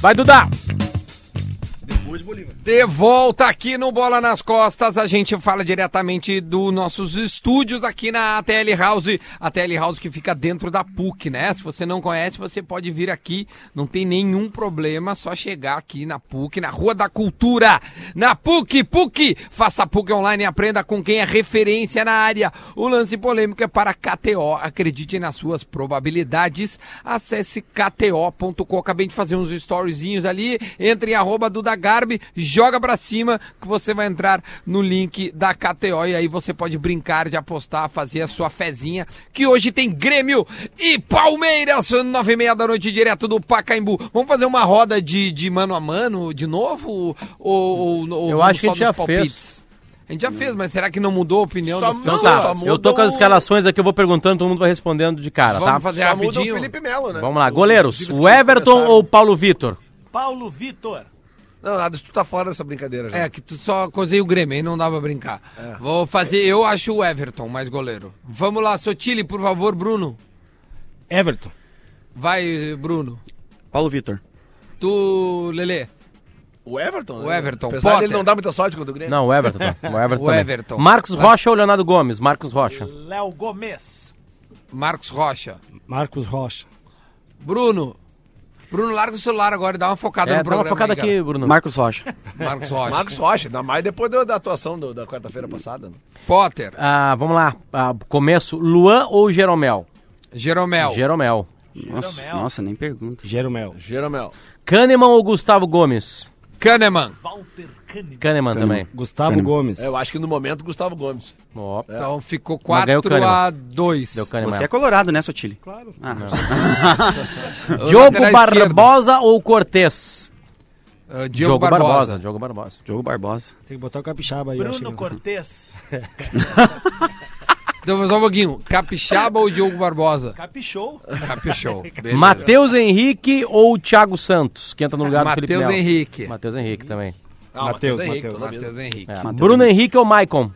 Vai, Duda! De volta aqui no Bola nas Costas, a gente fala diretamente dos nossos estúdios aqui na ATL House, a ATL House que fica dentro da PUC, né? Se você não conhece, você pode vir aqui, não tem nenhum problema, só chegar aqui na PUC, na Rua da Cultura, na PUC, PUC, faça PUC online e aprenda com quem é referência na área. O lance polêmico é para KTO, acredite nas suas probabilidades, acesse kto.com, acabei de fazer uns storyzinhos ali, entre em arroba Duda Garbi, joga pra cima que você vai entrar no link da KTO e aí você pode brincar de apostar, fazer a sua fezinha, que hoje tem Grêmio e Palmeiras, nove e meia da noite, direto do Pacaembu. Vamos fazer uma roda de, de mano a mano de novo? Ou, ou, ou Eu vamos acho que só a gente já dos fez. A gente já fez, mas será que não mudou a opinião Só das Não, Então pessoas? tá, só muda eu tô com as o- escalações aqui, eu vou perguntando, todo mundo vai respondendo de cara, Vamos tá? fazer Só muda o rapidinho. Felipe Melo, né? Vamos lá, O- é os goleiros, times o que Everton começaram. ou o Paulo Vitor? Paulo Vitor. Não, nada, tu tá fora dessa brincadeira né? já. É, que tu só cozei o Grêmio, aí não dá pra brincar. É. Vou fazer, eu acho o Everton mais goleiro. Vamos lá, Sotile, por favor, Bruno. Everton. Vai, Bruno. Paulo Vitor. Tu, Lelê. O Everton? né? O Everton, Apesar Potter. dele não dá muita sorte contra o Grêmio. Não, o Everton. tá. O Everton. O também. Everton. Marcos Rocha ou Leonardo Gomes? Marcos Rocha. Léo Gomes. Marcos Rocha. Marcos Rocha. Bruno. Bruno, larga o celular agora e dá uma focada É, dá no uma programa. focada aí, cara. aqui, Bruno. Marcos Rocha. Marcos Rocha. Marcos Rocha, ainda mais depois da, da atuação do- da quarta-feira passada. né? Potter. Ah, vamos lá, ah, começo, Luan ou Jeromel? Jeromel. Jeromel. Nossa, nossa, nem pergunta. Jeromel. Jeromel. Kahneman ou Gustavo Gomes? Kahneman. Walter Kahneman. Kahneman, também. Gustavo Kahneman. Gomes. É, eu acho que no momento, Gustavo Gomes. Ó, Então ficou É. Mas ganhou o 4 a 2 deu Kahneman. Você é colorado, né, Sotile? Claro. Diogo Lateral esquerdo. Barbosa ou Cortez? Ah, Diogo, Barbosa. Diogo Barbosa. Diogo Barbosa. Tem que botar o capixaba aí. eu acho Bruno que- Cortez. Então, só um pouquinho. Capixaba ou Diogo Barbosa? Capichou. Capichou. Beleza. Matheus Henrique ou Thiago Santos, que entra no lugar do Felipe Matheus Melo? Henrique. Matheus Henrique também. Ah, Matheus, Matheus. toda vez. Matheus Henrique. É. Bruno Henrique ou Maicon?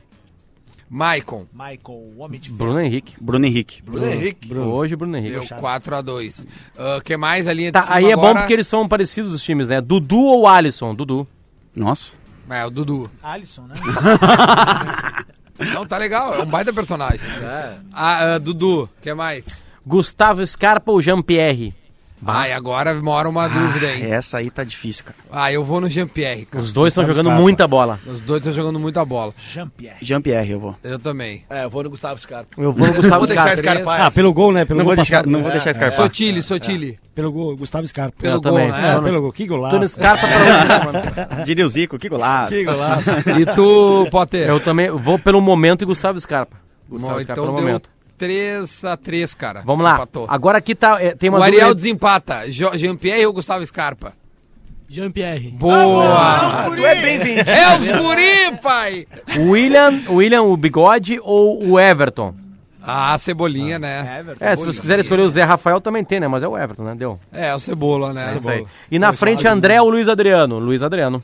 Maicon. Michael, o homem de ferro. Bruno Henrique. Bruno Henrique. Bruno Henrique. Hoje, Bruno Deu Henrique. 4x2. O Ah, que mais a linha de Tá, cima aí é bom agora? porque eles são parecidos os times, né? Dudu ou Alisson? Dudu. Nossa. É, o Dudu. Alisson, né? Não, tá legal, é um baita personagem. Ah, ah, Dudu, o que mais? Gustavo Scarpa ou Jean-Pierre? Ah, e agora mora uma dúvida Ah, é. aí. essa aí tá difícil, cara. Ah, eu vou no Jean-Pierre, cara. Os dois estão Gustavo jogando Scarpa. muita bola. Os dois estão jogando muita bola. Jean-Pierre. Jean-Pierre, eu vou. Eu também. É, eu vou no Gustavo Scarpa. Eu vou no Gustavo Vou deixar Scarpa. Scarpa. Ah, pelo gol, né? Pelo Não gol vou deixar, É. passado, não né? vou deixar escarpar. Sotile, É. Sotile. Pelo gol, Gustavo Scarpa. Pelo Eu gol, também. né? É, Eu não- pelo gol. Que Tô no golaço. Scarpa pra onde? Diria o Zico, que golaço. Que golaço. E tu, Potter? Eu também vou pelo momento e Gustavo Scarpa. Gustavo Bom, Scarpa então pelo deu momento. 3x3, cara. Vamos lá. Empatou. Agora aqui tá, é, tem uma O dúvida- Ariel desempata. Jo- Jean-Pierre ou Gustavo Scarpa? Jean-Pierre. Ah, Boa! tu é bem-vindo. É os guri, pai! William, William, o Bigode ou o Everton? Ah, cebolinha, né? Everton. É, se vocês quiserem escolher o Zé Rafael também tem, né? Mas é o Everton, né? Deu. É, o cebola, né? É isso aí. E na frente, André ou Luiz Adriano? Luiz Adriano.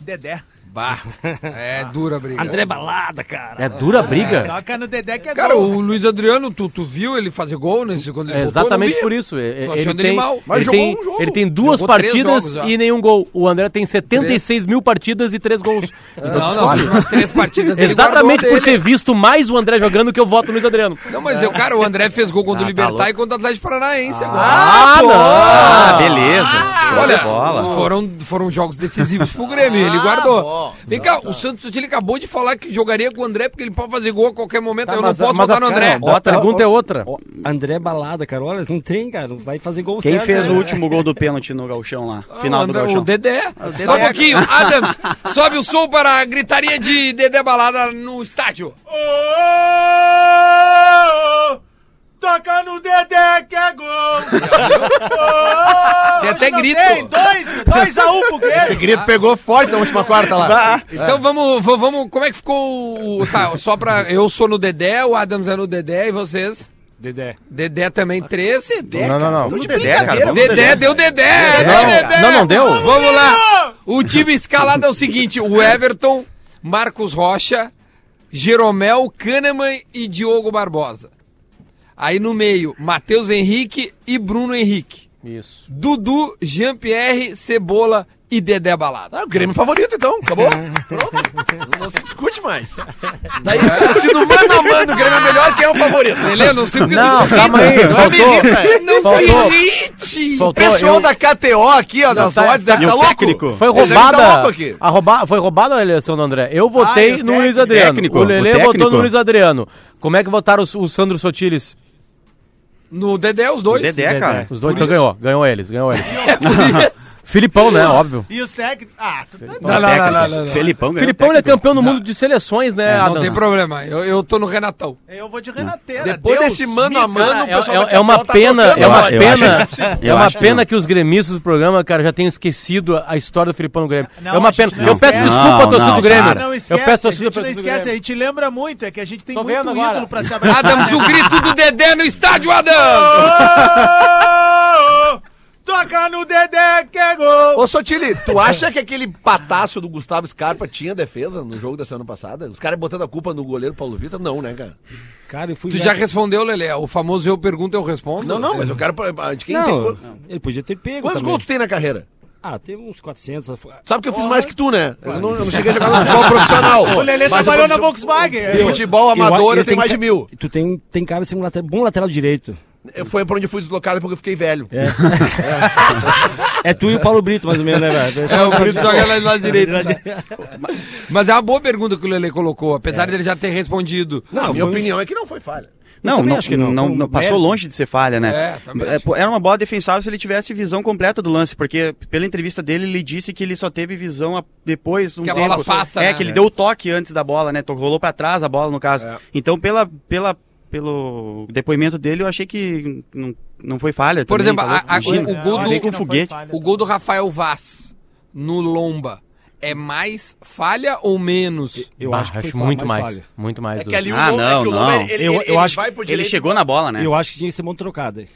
Dedé. Bah, é dura a briga. André Balada, cara. É dura a briga. Toca no Dedé que é Cara, gol. o Luiz Adriano, tu, tu viu ele fazer gol nesse quando ele É exatamente por isso. É- Tô é- Ele achando ele tem, mal. Mas ele, jogou tem, um jogo. ele tem duas Jogou três partidas jogos já. e nenhum gol. O André tem 76 mil partidas e três gols. Então, Não, tu não, escolhe. não, as três partidas ele Exatamente guardou por ter visto mais o André jogando que eu voto no Luiz Adriano. dele. Não, mas eu, cara, o André fez gol contra Ah, tá o Libertar louco. e contra o Atlético Paranaense agora. Ah, Ah, não! beleza. Show de Olha, bola. Foram, foram jogos decisivos pro Grêmio, Ah, ele guardou. Vem cá, o Santos ele acabou de falar que jogaria com o André porque ele pode fazer gol a qualquer momento, eu não posso votar no André. Ó, Tá, a pergunta é outra. André Balada, cara. Olha, não tem, cara. Vai fazer gol Quem certo, fez o né? último gol do pênalti no Galchão lá? Final do Ah, André- Galchão. o Dedé. Só um pouquinho, Adams, sobe o som para a gritaria de Dedé Balada no estádio. Toca no Dedé que é gol. Tem até grito. Tem dois, dois a um pro Grêmio. grito pegou forte na última quarta lá. Então vamos, va- vamos, como é que ficou o... Tá, só pra... Eu sou no Dedé, o Adams é no Dedé e vocês? Dedé. Dedé também três. Não, não, não. Vamos de Dedé, cara. É Vamos de Dedé, deu Dedé, deu Dedé. um Não, não deu? Vamos lá. O time escalado é o seguinte, o Everton, Marcos Rocha, Jeromel, Kahneman e Diogo Barbosa. Aí no meio, Matheus Henrique e Bruno Henrique. Isso. Dudu, Jean-Pierre, Cebola e Dedé Balada. Ah, o Grêmio favorito, então. Acabou. Pronto. Não se discute mais. Daí, se no mano a mano, o Grêmio é melhor, quem é o favorito? Beleza? Não é sei o que Não, calma aí. Faltou. Não Faltou. se irrite! O pessoal da KTO aqui, ó, das tá- odds, deve E tá o louco. técnico? Foi Eles devem tá louco roubada. aqui. A rouba, foi roubada a eleição do André. Eu votei Ah, e o no Luiz técnico? Adriano. Técnico, o o Lelê técnico. votou no Luiz Adriano. Como é que votaram os- o, Sandro Sotiles? No Dedé, os dois. Dedé, cara. Os dois, então ganhou. Ganhou eles, ganhou eles. Filipão, né? Óbvio. E os técnicos. Ah, tu tá Não, não, não, não, Felipão ganhou. Filipão ele é campeão do mundo de seleções, né, Não Adams? tem problema, eu, eu tô no Renatão. Eu vou de Renateira. Depois Deus desse mano a me- mano, o É, pessoal é- é uma tá pena, é Eu uma acho- eu pena, acho que é uma pena que os gremistas do programa, cara, já tenham esquecido a- a história do Filipão no Grêmio. Não, é uma a gente pena. não Eu peço esquece. desculpa à Não, torcida não, do Ah, Grêmio. cara. Não eu esquece, peço a torcida gente não do esquece, a Grêmio. gente lembra muito, é que a gente tem Tô muito vendo ídolo agora. pra se abraçar. Adams, o grito do Dedé no estádio, Adams! Ô, ô, Toca no Dedé que é gol. Ô, Sotile, tu acha que aquele pataço do Gustavo Scarpa tinha defesa no jogo da semana passada? Os caras botando a culpa no goleiro Paulo Vitor? Não, né, cara? Cara, eu fui. Tu já respondeu, Lelé, o famoso eu pergunto, eu respondo? Não, não, mas eu quero. pra- De quem tem... Não, qu- ele podia ter pego. Quantos também. gols tu tem na carreira? Ah, tem uns 400. Sabe que eu fiz mais que tu, né? Eu não, eu não cheguei a jogar no futebol profissional. O Lelê Mas trabalhou eu- na Volkswagen. Futebol amador, eu, tenho mais de ca- mil. Tu tem, tem cara de ser um lateral, bom lateral direito. Eu- Foi pra onde eu fui deslocado porque eu fiquei velho. É. é tu e o Paulo Brito, mais ou menos, né, velho? É, o Brito joga lá do lado direito. Mas é uma boa pergunta que o Lelê colocou, apesar dele já ter respondido. É. Não, minha foi- opinião é que não foi falha. Não, também não, acho que não. não- Foi um não- passou mérito. longe de ser falha, né? É, também É, pô, Era uma bola defensável se ele tivesse visão completa do lance, porque pela entrevista dele ele disse que ele só teve visão a- depois um Que a tempo. bola passa, é, né? que ele É. deu o toque antes da bola, né? To- Rolou pra trás a bola no caso. Então pela pela pelo depoimento dele eu achei que não, não foi falha. Por também, exemplo, tá louco? a- a- Imagina. o gol do- Vem com foguete. O gol do Rafael Vaz no Lomba é mais falha ou menos? Eu Bah, acho que foi Ah, muito mais mais, falha. muito mais. do- o Ah, Lomba- é não, que o Lomba, não. ele- Eu- eu acho por Ele chegou na bola, né? Eu acho que tinha que ser mão trocada. hein?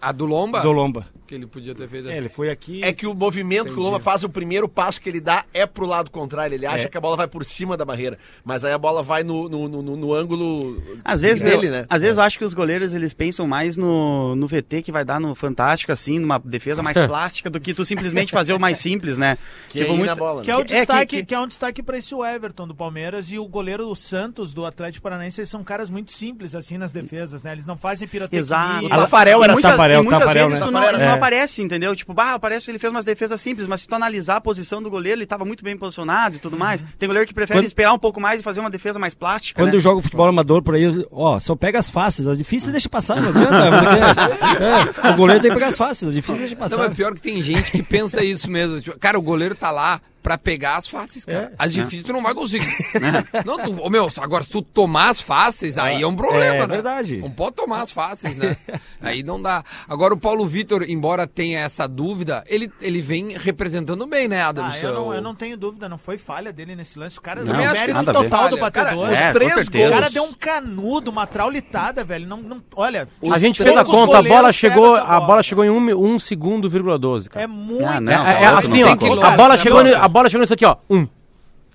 A do Lomba? Do Lomba. Que ele podia ter feito. É, ele foi aqui. É que o movimento que o Lomba faz, o primeiro passo que ele dá é pro lado contrário. Ele acha que a bola vai por cima da barreira. Mas aí a bola vai no, no, no, no- no ângulo Às vezes, dele, eu, né? às vezes eu acho que os goleiros eles pensam mais no, no VT que vai dar no Fantástico, assim, numa defesa mais plástica do que tu simplesmente fazer o mais simples, né? Que é ir na bola. Que né? é, o que- é, destaque, que, que- é um destaque para esse Everton do Palmeiras e o goleiro Santos do Atlético Paranaense, eles são caras muito simples assim nas defesas, né? Eles não fazem pirotecnia. Não, Exato. Tafarel E era muitas- Tafarel, e muitas Tafarel, vezes né? tu não, Tafarel, eles não é. aparece, entendeu? Tipo, bah, parece que ele fez umas defesas simples, mas se tu analisar a posição do goleiro, ele tava muito bem posicionado e tudo mais. Tem goleiro que prefere Quando- esperar um pouco mais e fazer uma defesa mais plástica, Quando né? eu jogo futebol amador por aí, eu- ó, só pega as fáceis. As difíceis deixa passar, não adianta. porque- é, o goleiro tem que pegar as fáceis, as difíceis deixa Não, é passar. pior que tem gente que pensa isso mesmo. Tipo, cara, o goleiro tá lá, pra pegar as fáceis, É. cara. as difíceis tu não vai conseguir. não, tu, ô, meu, agora se tu tomar as Ah, fáceis, aí é um problema, É, né? verdade. Não pode tomar as fáceis, né? aí não dá. Agora o Paulo Vitor, embora tenha essa dúvida, ele, ele vem representando bem, né, Adam? Ah, eu, seu- não, eu não tenho dúvida, não foi falha dele nesse lance. O cara Não, o acho que mérito nada a ver. total do Falha, cara, batedor. é, com certeza. O cara deu um canudo, uma traulitada, velho. Não, não, olha, A os gente fez a poucos conta, a bola goleiros chegou, pegam essa a bola chegou em 1 um, um segundo, vírgula 12, cara. É muito. Ah, não, É, tá é louco, assim, não ó. tem como. A bola, chegou, no. ni- a bola chegou nisso aqui, ó. Um.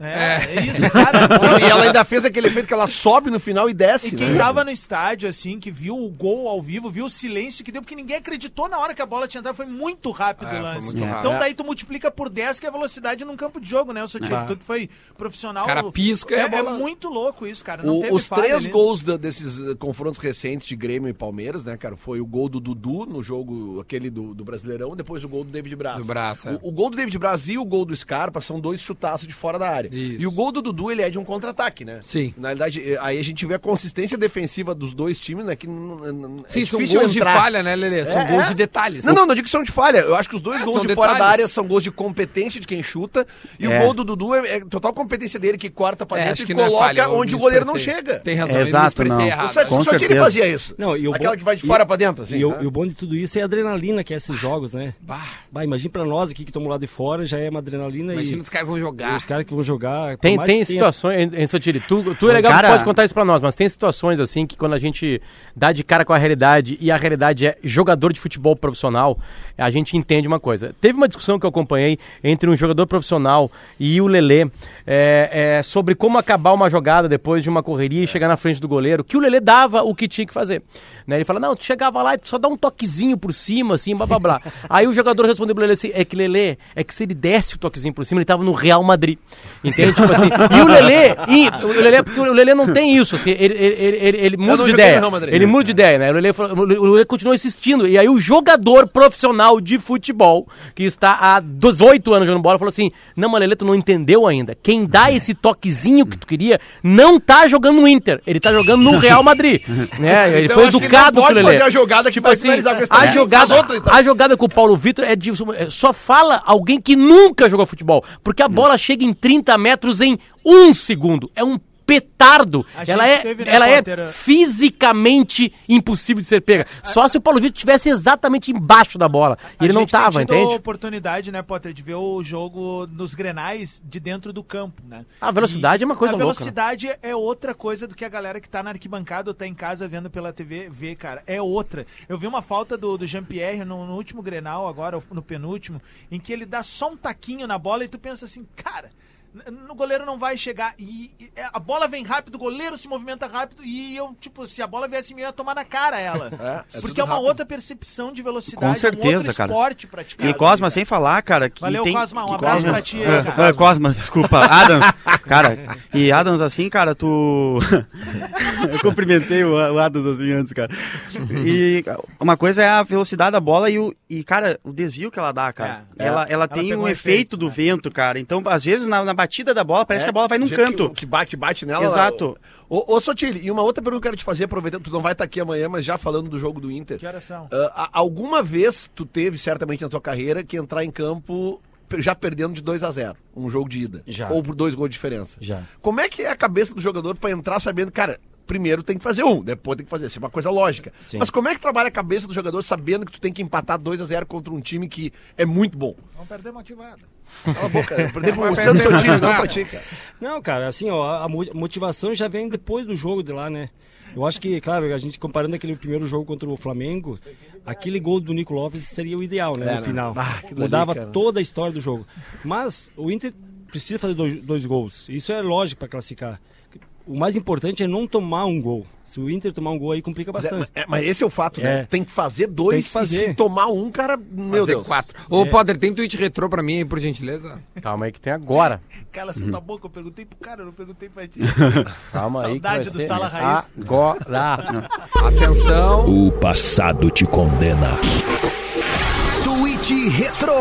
É, é isso, cara. E ela ainda fez aquele efeito que ela sobe no final e desce. E né? quem tava no estádio, assim, que viu o gol ao vivo, viu o silêncio que deu, porque ninguém acreditou na hora que a bola tinha entrado, foi muito É, rápido o foi lance. muito rápido. então daí tu multiplica por 10, que é a velocidade num campo de jogo, né? O seu tio, tu que foi profissional. É. O cara pisca e é, a bola- é muito louco isso, cara. Não O- teve os falha três ali. gols da- desses eh, confrontos recentes de Grêmio e Palmeiras, né, cara? Foi o gol do Dudu no jogo, aquele do, do Brasileirão, depois o gol do David Braz. Do Braz, é. o, o gol do David Braz e o gol do Scarpa são dois chutaços de fora da área. Isso. E o gol do Dudu, ele é de um contra-ataque, né? Sim. Na realidade, eh, aí a gente vê a consistência defensiva dos dois times, né? Que n- n- é Sim, são difícil gols entrar. de falha, né, Lelê? São É, gols é. de detalhes. Não, não, não digo que são de falha. Eu acho que os dois É, gols são de fora da detalhes. área são gols de competência de quem chuta. E É. o gol do Dudu é, é total competência dele, que corta É, pra dentro acho e que não é coloca falha, eu onde o me goleiro não expressei. chega. Tem razão, É, eu me exato, exprefei não. errado. O Sat- Com o Satiri certeza. fazia isso. Não, e o Aquela bom- que vai de e- fora pra dentro, assim. e, o, né? e o bom de tudo isso é a adrenalina que é esses jogos, né? Bah, Bah, imagina pra nós aqui que estamos lá de fora, já é uma adrenalina e, imagina os caras vão e jogar. os caras que vão jogar. por Tem, mais tem que tenha- situações, hein, hein, Sotiri, tu, tu é legal Cara- que pode contar isso pra nós, mas tem situações assim que quando a gente dá de cara com a realidade e a realidade é jogador de futebol profissional, a gente entende uma coisa. Teve uma discussão que eu acompanhei entre um jogador profissional e o Lelê é, é, sobre como acabar uma jogada depois de uma É. correria e chegar na frente do goleiro, que o Lelê dava o que tinha que fazer. né? Ele fala, não, tu chegava lá e tu só dá um toquezinho por cima, assim, blá blá blá. Aí o jogador respondeu pro Lelê assim, é que Lelê, é que se ele desse o toquezinho por cima, ele tava no Real Madrid. Entende? Tipo assim. E o Lelê, e, o Lelê, porque o Lelê não tem isso, assim, ele, ele, ele, ele- ele muda não de joguei no ideia. Real Madrid. Ele muda de ideia, né? O Lelê, falou- o Lelê- o Lelê continua insistindo. E aí o jogador profissional de futebol, que está há 18 anos jogando bola, falou assim: Não, mas Lelê, tu não entendeu ainda. Quem dá esse toquezinho que tu queria não tá jogando no Inter, ele tá jogando no Real Madrid. né? Ele Então, foi acho que educado com não o pode Lelê. fazer Tipo a jogada que vai Assim, finalizar com esse a toque. jogada, Faz outra, então. a jogada com o Paulo Vitor é de, só fala alguém que nunca jogou futebol, porque a bola chega em 30 metros em um segundo. É um petardo. A gente Ela é, teve, né, ela é Potter? fisicamente impossível de ser pega. Só se o Paulo Vitor estivesse exatamente embaixo da bola. E ele A não gente tá tem tava, tido a entende? oportunidade, né, Potter, de ver o jogo nos grenais de dentro do campo, né? A velocidade é uma coisa a louca, velocidade é outra coisa do que a galera que tá na arquibancada ou tá em casa vendo pela TV vê, cara. É outra. Eu vi uma falta do, do Jean-Pierre no, no último grenal, agora, ou no penúltimo, em que ele dá só um taquinho na bola e tu pensa assim, cara. n- No goleiro não vai chegar. E, e é, a bola vem rápido, o goleiro se movimenta rápido. E eu, tipo, se a bola viesse em mim, eu ia tomar na cara ela. é tudo Porque é uma rápido. outra percepção de velocidade. Com certeza, é um outro cara. esporte praticado. E o Cosma, assim- né, cara? sem falar, cara, que Valeu, tem... Cosma, um que- abraço Cosma. pra ti, hein, Ah, cara. ah, Cosma, desculpa, Adams. Cara, e Adams assim, cara, tu... Eu cumprimentei o o Adams assim antes, cara. E uma coisa é a velocidade da bola e, o, e cara, o desvio que ela dá, cara. É, ela, é. ela Ela tem pegou um um efeito efeito, do né? É, vento, cara. Então, às vezes, na, na batida da bola, parece que a bola vai Do num jeito canto. Que, que bate, bate nela. Exato. Ô, ô Sotile, e uma outra pergunta que eu quero te fazer, aproveitando, tu não vai estar aqui amanhã, mas já falando do jogo do Inter. Que horas são? Ah, a- alguma vez tu teve, certamente na tua carreira, que entrar em campo pe- já perdendo de 2 a 0 um jogo de ida. Já. Ou por dois gols de diferença. Já. Como é que é a cabeça do jogador pra entrar sabendo, cara, primeiro tem que fazer um, depois tem que fazer. Isso é uma coisa lógica. Sim. Mas como é que trabalha a cabeça do jogador sabendo que tu tem que empatar 2 a 0 contra um time que é muito bom? Vamos perder motivado. Cala a boca, eu perdi pro Luciano Sotile, não pra ti, cara. Não, cara, assim, ó, a mo- motivação já vem depois do jogo de lá, né? Eu acho que, claro, a gente comparando aquele primeiro jogo contra o Flamengo, aquele gol do Nico Lopes seria o ideal, né? no final. Ah, aquilo ali, Mudava cara. toda a história do jogo. Mas o Inter precisa fazer dois, dois gols. Isso é lógico para classificar. O mais importante é não tomar um gol. Se o Inter tomar um gol aí, complica Mas, é- bastante. é- mas esse é o fato, né? É. Tem que fazer dois Tem que fazer. e se tomar um, cara, meu fazer Deus. É. quatro. Ô, Potter, tem tweet retrô pra mim aí, por gentileza? Calma aí que tem agora. Cala essa tua boca, eu perguntei pro cara, eu não perguntei pra ti. Calma aí. que Saudade vai do ser Sala Raiz. Agora. Atenção. O passado te condena. Twitch Retro.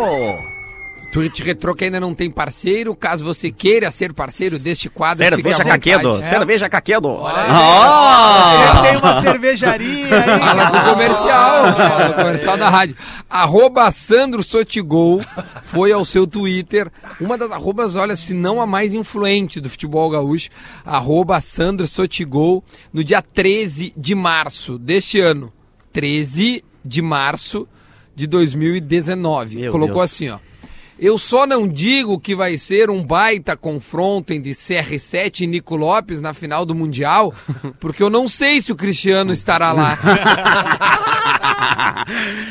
Twitch Retro que ainda não tem parceiro. Caso você queira ser parceiro deste quadro, Cerveja Caquedo, É. cerveja Caquedo. Ah. Você tem Ó! uma cervejaria aí. Fala cara. do comercial, fala do comercial da rádio. Arroba Sandro Sotigol foi ao seu Twitter, uma das arrobas, olha, se não a mais influente do futebol gaúcho, arroba Sandro Sotigol, no dia 13 de março deste ano. 13 de março de 2019. Meu Colocou Deus. assim, ó. Eu só não digo que vai ser um baita confronto entre CR7 e Nico Lopes na final do Mundial, porque eu não sei se o Cristiano estará lá.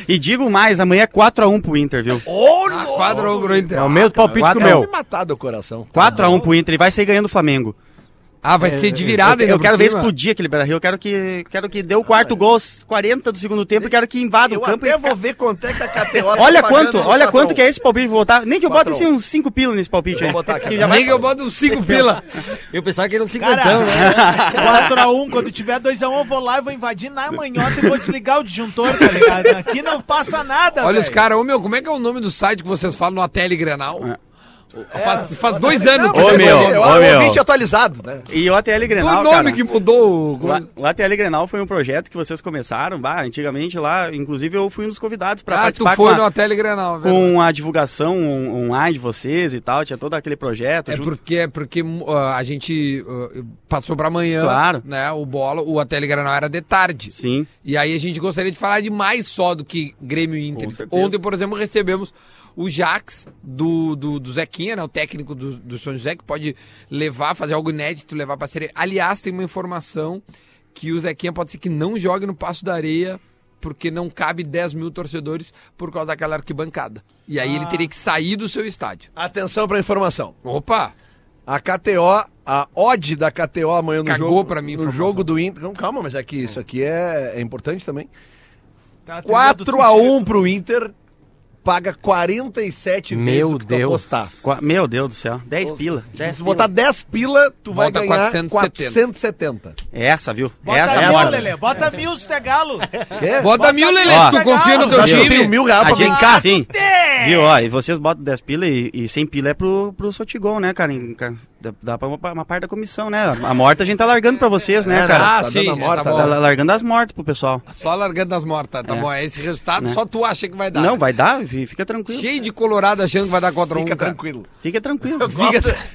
E digo mais, amanhã é 4x1 pro Inter, viu? Ah, quadro ou pro Inter. É o mesmo palpite que o Quatro- é um meu. me matado o coração. 4x1 pro Inter, ele vai sair ganhando o Flamengo. Ah, vai ser de virada ainda É, Eu por quero ver cima. explodir aquele Beira-Rio, eu quero que, quero que dê o quarto gol aos 40 do segundo tempo e quero que invada Eu o campo. até e- vou ver quanto é que a KTO tá Olha pagando quanto, no olha quanto patrão. que é esse palpite, vou botar. Nem que eu bote Patrão. assim uns 5 pila nesse palpite. Vou né? botar aqui. Que já vai- Nem que eu boto uns 5 pila. Eu pensava que era um Cara, cinquentão, né? 4x1, quando tiver 2x1, eu vou lá e vou invadir na manhota e vou desligar o disjuntor, tá ligado? Aqui não passa nada, Olha os velho. caras, ô meu, como é que é o nome do site que vocês falam no Ateli Grenal? É. Faz, faz dois anos que Ô, Ô, vocês meu, falam. ô, ô, meu. ouvinte atualizado, né? E o ATL Foi Grenal, o um nome cara. que mudou. o- Lá- O ATL Grenal foi um projeto que vocês começaram, bah, antigamente lá, inclusive eu fui um dos convidados para Ah, tu participar foi com, no a, Ateli Grenal, velho. com a divulgação on- online de vocês e tal, tinha todo aquele projeto. É junto- porque, é porque uh, a gente uh, passou pra amanhã, Claro. né? O bolo, o Ateli Granal era de tarde. Sim. E aí a gente gostaria de falar de mais só do que Grêmio e Inter. Com certeza. Ontem, por exemplo, recebemos o Jax do, do, do Zequinha, né? O técnico do, do São José, que pode levar, fazer algo inédito, levar pra série. Aliás, tem uma informação que o Zequinha pode ser que não jogue no Passo da Areia porque não cabe 10 mil torcedores por causa daquela arquibancada. E aí ele teria que sair do seu estádio. Atenção pra informação. Opa! A KTO, a odd da KTO amanhã no Cagou jogo. pra mim a no informação. jogo do Inter. Não, calma, mas é que isso aqui é, é importante também. Tá atendendo tudo 4x1 pro Inter, paga 47 vezes Meu o que tu Deus. apostar. Qua- Meu Deus do céu, 10 pila. 10 Se tu botar 10 pila, tu vai Bota ganhar 470. 470. Essa, viu? Bota essa é a mil, hora. Lelê, bota mil, se tu é galo. É? Bota, mil, Lele, Ó, se tu confia no tu teu acha que eu tenho time. mil reais A pra gente, brincar? cá, sim. Viu, ó, e vocês botam 10 pila e, e 100 pila é pro, pro Sotigol, né, cara? Em- ca- Dá, dá pra uma, uma parte da comissão, né? A morta a gente tá largando pra vocês, né, cara? Ah, Tá sim, dando a é, morta, tá né? bom. Tá la- largando as mortas pro pessoal. Só largando as mortas, tá É. bom? É esse resultado, Né? só tu acha que vai dar. Não, né? vai dar, fi- fica tranquilo. Cheio de colorado achando que vai dar contra um. Fica cara. tranquilo. Fica tranquilo.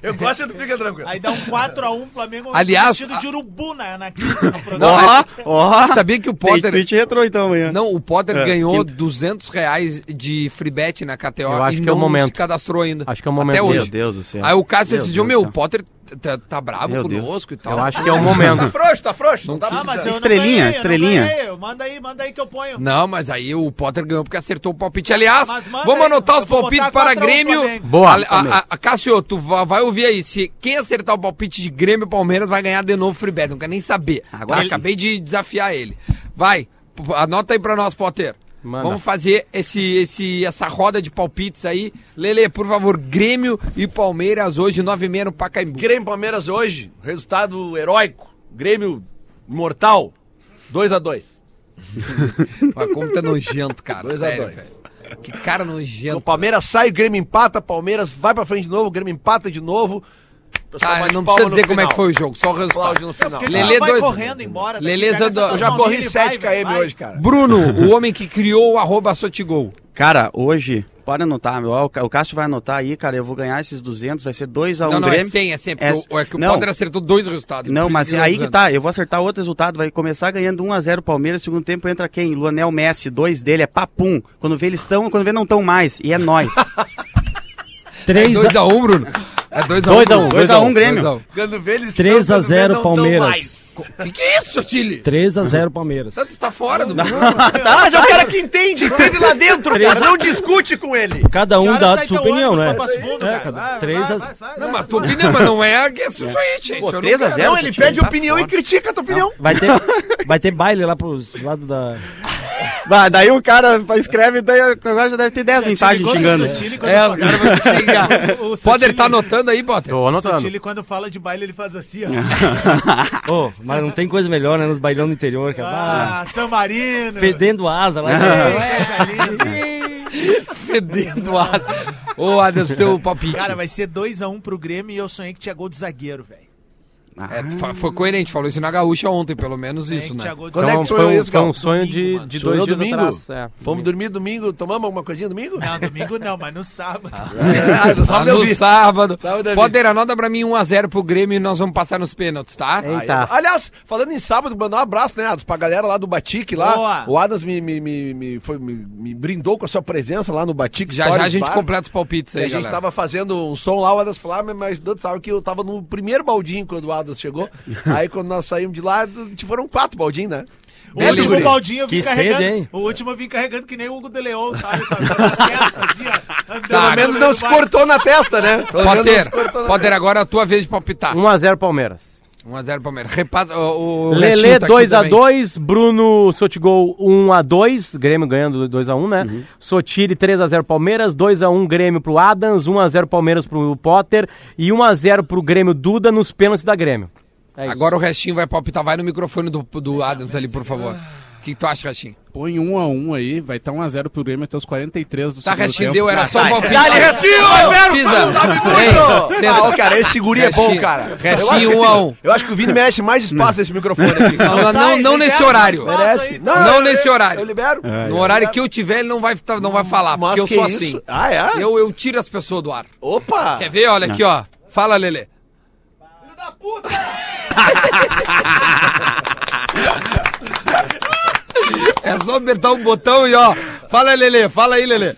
Eu gosto do fica tranquilo. Aí dá um 4x1 Flamengo Aliás, vestido a- de urubu na, na no programa. Ó, ó. Sabia que o Tem Potter. tweet retrô então amanhã. Não, o Potter É, ganhou quinta. 200 reais de free bet na KTO Eu acho e que é o não se momento. cadastrou ainda. Acho que é o momento. Até Meu hoje. Deus do céu. Aí o Cássio Meu decidiu, Deus meu, do o Potter tá, tá bravo Meu Deus. conosco e tal. Eu acho que é o momento. Tá frouxo, tá frouxo. Não tá Ah, mas eu não Estrelinha, ganhei, eu não estrelinha. ganhei. Manda aí, manda aí que eu ponho. Não, mas aí o Potter ganhou porque acertou o palpite. Aliás, Mas manda vamos aí, anotar eu os vou palpites botar para 4 a 1 Grêmio. Flamengo. Boa, A, a, a- Cássio, tu va- vai ouvir aí. Se quem acertar o palpite de Grêmio e Palmeiras vai ganhar de novo o free bet. Não quero nem saber. Agora Tá? sim. Acabei de desafiar ele. Vai, p- anota aí pra nós, Potter. Manda. Vamos fazer esse, esse, essa roda de palpites aí. Lele, por favor, Grêmio e Palmeiras hoje, 9h30 no Pacaembu. Grêmio e Palmeiras hoje, resultado heróico. Grêmio mortal, 2x2. Mas como tá nojento, cara. Dois a sério, dois. velho. Que cara O nojento. Palmeiras sai, o Grêmio empata, Palmeiras vai pra frente de novo, o Grêmio empata de novo. O pessoal Tá, bate não palma precisa no dizer como é final. que foi o jogo, só o resultado. Aplaude no final. Porque Lelê ele vai dois- correndo embora. daqui, Lelê pega essa Zandor. Eu tua já corri família e vai, 7 velho, km vai. hoje, cara. Bruno, o homem que criou o arroba Sotigol. Cara, hoje, pode anotar, meu. Ó, o Ca- O Cássio vai anotar aí, cara. Eu vou ganhar esses 200, vai ser 2x1 não, não, Grêmio. é 100, é 100. Porque Então, É- o, é que o não. Potter acertou dois resultados. por Não, isso mas ele aí tá que dizendo. tá. Eu vou acertar outro resultado. Vai começar ganhando 1x0 Palmeiras. Segundo tempo entra quem? Luanel Messi. Dois dele é papum. Quando vê eles estão, quando vê não estão mais. E é nós. É 3 2x1, Bruno. É 2x1. Dois a um, 2x1 Grêmio. Quando vê um, então eles Três estão, a quando vê, zero, não estão Palmeiras. mais. Que que é isso, Chile? 3 a 0 Palmeiras. Tanto tá fora do Bruno. Tá, mas é o cara que entende, esteve lá dentro, cara. Não discute com ele. Cada um Cara, dá sai a sua teu opinião, ônibus né? pra Passo É, Fundo, cara. cada Vai, 3 vai, a vai, vai, Não, vai. mas tua opinião, mas não é que é isso aí, gente. Pô, eu não 3x0. quero. Não, ele pede opinião e critica a tua opinião. Vai ter, vai ter baile lá pros lados da. Bah, daí o cara escreve, daí agora já deve ter 10 mensagens Quando xingando. O Sotile, quando É, o fala- cara vai te xingar. O- o Potter Sotile- tá anotando aí, Potter? Tô O anotando. Sotile, quando fala de baile, ele faz assim, ó. Ô, mas não tem coisa melhor, né? Nos bailão do interior, cara. Ah, San Marino. Ah. É, Fedendo asa lá. Ei, coisa linda. Fedendo asa. Ô, Adams, teu palpite. Cara, vai ser 2x1 pro Grêmio e eu sonhei que tinha gol de zagueiro, velho. É, tu fa- foi coerente, falou isso na Gaúcha ontem, pelo menos Sonhei isso, que né? tinha gol de Então, Quando é zagueiro. que foi, sonhou um, isso, foi um Gal? sonho Domingo, de, mano. de dois Sonhou dias domingo? atrás. É. Vamos dormir domingo, tomamos alguma coisinha domingo? Não, domingo não, mas no sábado. Ah, no Lá sábado eu no vi. sábado. Sábado eu vi. Poder, anota pra mim 1x0 pro Grêmio e nós vamos passar nos pênaltis, tá? Aí, ó. Aliás, falando em sábado, mandar um abraço, né, Adams, pra galera lá do Batique lá. Boa. O Adams me, me, me, me, foi, me, me brindou com a sua presença lá no Batique. Já já Stories a gente Bar. completa os palpites E aí, a gente galera. tava fazendo um som lá, o Adams falou, ah, mas- mas Deus sabe que eu tava no primeiro baldinho quando o Adams chegou. aí quando nós saímos de lá, te foram quatro baldinhos, né? O último Delícia. baldinho eu vim Que carregando. sede, hein? O último eu vim carregando que nem o Hugo de Leão, sabe? Com a testa, assim, ó, andando Pelo no menos Menos meio Ah, não do se bairro. cortou na testa, né? Pelo menos não se Potter, cortou na Potter, agora é a tua vez de palpitar. 1x0 Palmeiras. 1x0 Palmeiras. Repassa o, o Lele restinho tá aqui também. 2x2, Bruno Sotigol 1x2, Grêmio ganhando 2x1, né? Uhum. Sotiri 3x0 Palmeiras, 2x1 Grêmio pro Adams, 1x0 Palmeiras pro Potter e 1x0 pro Grêmio Duda nos pênaltis da Grêmio. É isso. Agora o restinho vai palpitar. Vai no microfone do, do Adams ali, por favor. O que tu acha, restinho? Põe um a um aí, vai estar um a zero pro Grêmio até os 43 do Tá, segundo restinho, tempo. deu, era só o palpite. Dá-lhe, Restinho, um Não zero, precisa. Ei, Ah, senta. ó, cara, esse guri é bom, Restinho. cara. Restinho, Eu acho que esse- um a um. Eu acho que o Vini merece mais espaço nesse microfone aqui. Não, não, não, sai, não libera nesse o horário. espaço. Merece. Não, não tá. eu- nesse horário. Eu libero. No horário que eu tiver, ele não vai, tá- não vai falar, Mas porque eu que sou isso? assim. Ah, é? Eu, eu tiro as pessoas do ar. Opa! Quer ver? Olha aqui, ó. Fala, Lele. Filho da puta! É só apertar um botão e ó. Fala, Lele. Fala aí, Lele.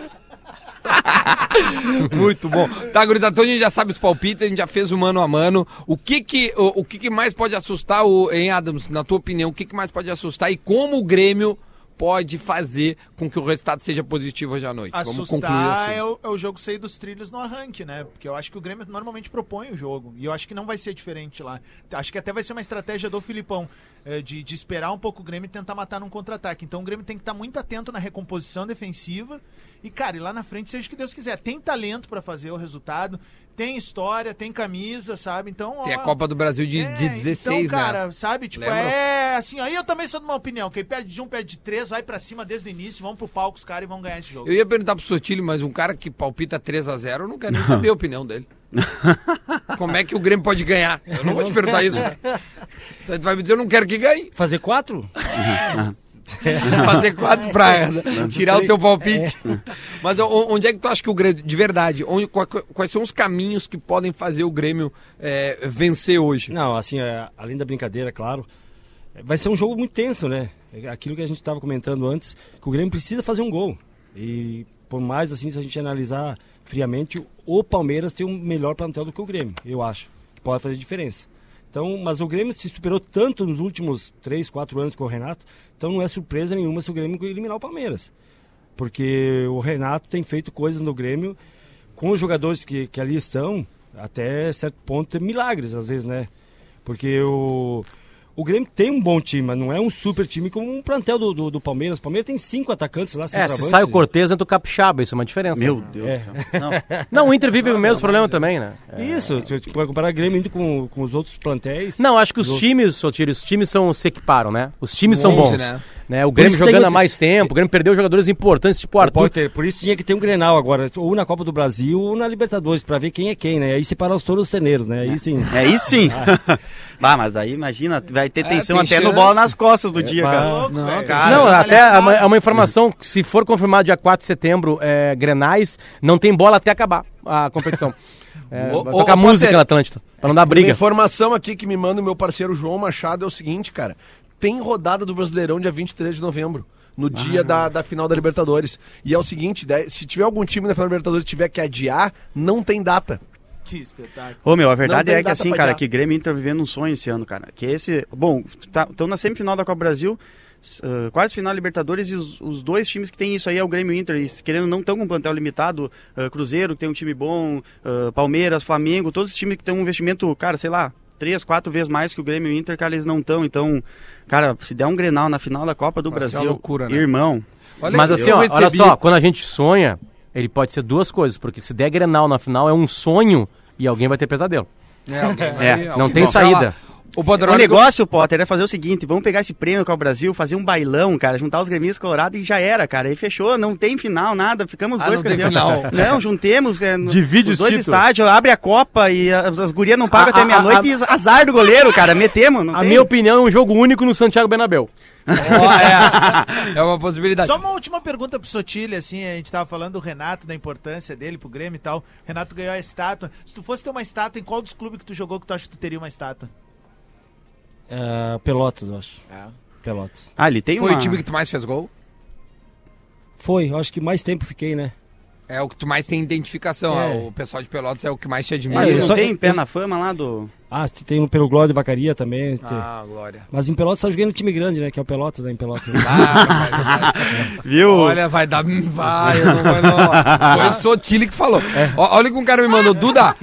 Muito bom. Tá, gurizada, então a gente já sabe os palpites, a gente já fez o mano a mano. O que que, o, o que, que mais pode assustar, o, hein, Adams, na tua opinião, o que, que mais pode assustar e como o Grêmio pode fazer com que o resultado seja positivo hoje à noite? Vamos concluir Assustar assim. é o, é o jogo sair dos trilhos no arranque, né? Porque eu acho que o Grêmio normalmente propõe o jogo. E eu acho que não vai ser diferente lá. Acho que até vai ser uma estratégia do Filipão eh, de, de esperar um pouco o Grêmio e tentar matar num contra-ataque. Então o Grêmio tem que estar muito atento na recomposição defensiva. E, cara, e lá na frente, seja o que Deus quiser. Tem talento pra fazer o resultado, tem história, tem camisa, sabe? Então, Tem a ó, Copa do Brasil de, de é, 16, então, cara, né? sabe? Tipo, Lembra? é assim, aí eu também sou de uma opinião. Quem perde de um, perde de três, vai pra cima desde o início, vão pro palco os caras e vão ganhar esse jogo. Eu ia perguntar pro Sotilho, mas um cara que palpita 3x0, eu não quero nem saber a opinião dele. Como é que o Grêmio pode ganhar? Eu não vou te perguntar isso. né? É. Então, tu vai me dizer, eu não quero que ganhe. Fazer quatro? É. Fazer quatro pra tirar o teu palpite. Mas o- onde é que tu acha que o Grêmio, de verdade, onde- qua- qua- quais são os caminhos que podem fazer o Grêmio é, vencer hoje? Não, assim, é, além da brincadeira, claro. é, Vai ser um jogo muito tenso, né? É Aquilo que a gente estava comentando antes, que o Grêmio precisa fazer um gol. E por mais assim, se a gente analisar friamente, o Palmeiras tem um melhor plantel do que o Grêmio, eu acho. Que pode fazer diferença. Então, mas o Grêmio se superou tanto nos últimos 3, 4 anos com o Renato, então não é surpresa nenhuma se o Grêmio eliminar o Palmeiras. Porque o Renato tem feito coisas no Grêmio com os jogadores que, que ali estão, até certo ponto, milagres às vezes, né? Porque o, o Grêmio tem um bom time, mas não é um super time como um plantel do, do, do Palmeiras. O Palmeiras tem cinco atacantes lá, É, se centroavantes. sai o Cortez, entra o Capixaba, isso é uma diferença. Meu Deus do céu. É, Não. Não, o Inter vive o mesmo problema também, né? É. Isso, tu, tu pode comparar o Grêmio indo com, com os outros plantéis. Não, acho que os Justo. times, Sotiri, os times são, se equiparam, né? Os times são 11, bons. né? Né? O Grêmio isso que tem jogando há muito- mais tempo, o Grêmio perdeu jogadores importantes, tipo o Não Arthur. pode ter. Por isso tinha que ter um Grenal agora, ou na Copa do Brasil ou na Libertadores, pra ver quem é quem, né? Aí separar os touros dos teneiros, né? Aí sim. É aí sim. Ah, mas aí imagina, vai ter É, tensão tem até no chance. bola nas costas do dia, pá. cara. Não, velho. cara. não, tá até é uma, ligado? é uma informação que se for confirmado dia 4 de setembro, é, Grenais, não tem bola até acabar a competição. É, Ô, vai ô, tocar ô, música Potter, na Atlântida, pra não dar Uma briga. informação aqui que me manda o meu parceiro João Machado é o seguinte, cara. Tem rodada do Brasileirão dia 23 de novembro, no dia da, da final da Libertadores. E é o seguinte, daí, se tiver algum time na final da Libertadores que tiver que adiar, não tem data. Que espetáculo. Ô, meu, a Não verdade tem é que data assim, pra cara, adiar. que Grêmio e Inter vivendo um sonho esse ano, cara. Que esse. Bom, estão na semifinal da Copa do Brasil, s- ah, quase final da Libertadores, e os, os dois times que tem isso aí é o Grêmio e o Inter. E, se querendo ou não estão com um plantel limitado. ah, Cruzeiro, que tem um time bom, ah, Palmeiras, Flamengo, todos os times que têm um investimento, cara, sei lá. Três, quatro vezes mais que o Grêmio e o Inter, cara, eles não estão. Então, cara, se der um Grenal na final da Copa do Vai ser Brasil, uma loucura, né? irmão, Olha Mas que assim, eu ó, olha recebi- só, quando a gente sonha, ele pode ser duas coisas, porque se der Grenal na final, é um sonho e alguém vai ter pesadelo. É, alguém vai- É, alguém não tem vai saída. um falar. O O Bodrog. negócio, Potter, é fazer o seguinte: vamos pegar esse prêmio que é o Brasil, fazer um bailão, cara, juntar os gremistas colorados e já era, cara. Aí fechou, não tem final, nada, ficamos Ah, dois não tem campeões. final. Não, juntemos é, no- Divide os os dois títulos. estádios, abre a Copa e as, as gurias não pagam A- até a- meia-noite e azar do goleiro, cara, metemos. Não A tem. minha opinião é um jogo único no Santiago Bernabéu. É uma possibilidade. Só uma última pergunta pro Sotile, assim, a gente tava falando do Renato, da importância dele pro Grêmio e tal. Renato ganhou a estátua. Se tu fosse ter uma estátua, em qual dos clubes que tu jogou que tu acha que tu teria uma estátua? É, Pelotas, eu acho. É. Pelotas. Ah, ele tem Foi uma... o time que tu mais fez gol? Foi, eu acho que mais tempo fiquei, né? É o que tu mais tem identificação. É. O pessoal de Pelotas é o que mais te É, Mas Ah, ele admira. eu não só- tem pé na fama lá do. Ah, se tem um pelo Glória de Vacaria também. tem. Ah, Glória. Mas em Pelotas só joguei no time grande, né? Que é o Pelotas, né? Em Pelotas. Ah, Viu? Olha, vai dar. hum, Vai, eu não vou, não. Foi o Sotile que falou. É. Ó, olha o que um cara me mandou. Duda,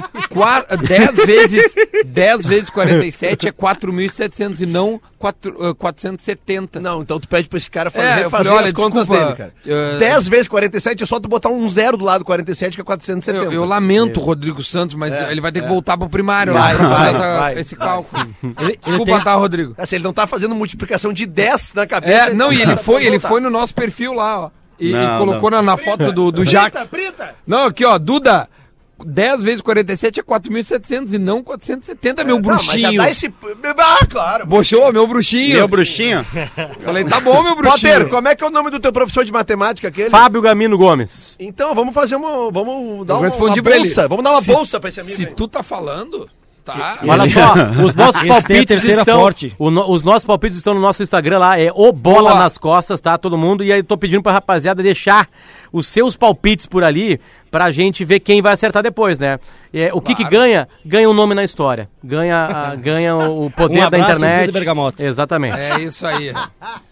10 vezes, 10 vezes 47 é 4.700 e não quatro- eh, 470. Não, então tu pede pra esse cara fazer, É, eu fazer falei, as olha, contas desculpa, dele, cara. eh, 10 vezes 47 é só tu botar um zero do lado 47, que é 470. Eu, eu É. lamento o Rodrigo Santos, mas ele vai ter que voltar pro primário Vai, né, pra fazer É, vai, essa- vai, esse vai. cálculo. Ele, ele Desculpa, tem, tá, Rodrigo? Ah, se ele não tá fazendo multiplicação de 10 na cabeça. É, não, e ele tá foi, ele voltar. foi no nosso perfil lá, ó. E, e Não, colocou na, na foto do, do Jax. Prita! Não, aqui, ó, Duda, 10 vezes 47 é 4.700 e não 470, meu É, Não, Ah, mas já bruxinho. dá esse... Ah, claro. Bochou, meu bruxinho. Meu bruxinho. Falei, tá bom, meu bruxinho. Potter, como é que é o nome do teu professor de matemática aquele? Fábio Gamino Gomes. Então, vamos fazer uma... Vamos dar Eu uma, respondi uma pra ele. bolsa. Vamos dar uma Se- bolsa pra esse amigo Se aí. tu tá falando, tá. Olha só, os nossos Esse tem a palpites terceira estão. forte. o no- os nossos palpites estão no nosso Instagram lá, é o Bola Boa. nas Costas, tá? Todo mundo. E aí eu tô pedindo pra rapaziada deixar os seus palpites por ali pra gente ver quem vai acertar depois, né? É, o que que ganha? Ganha um nome na história. Ganha, a- ganha o poder Um da abraço, internet. Duda Bergamota. Exatamente. É isso aí.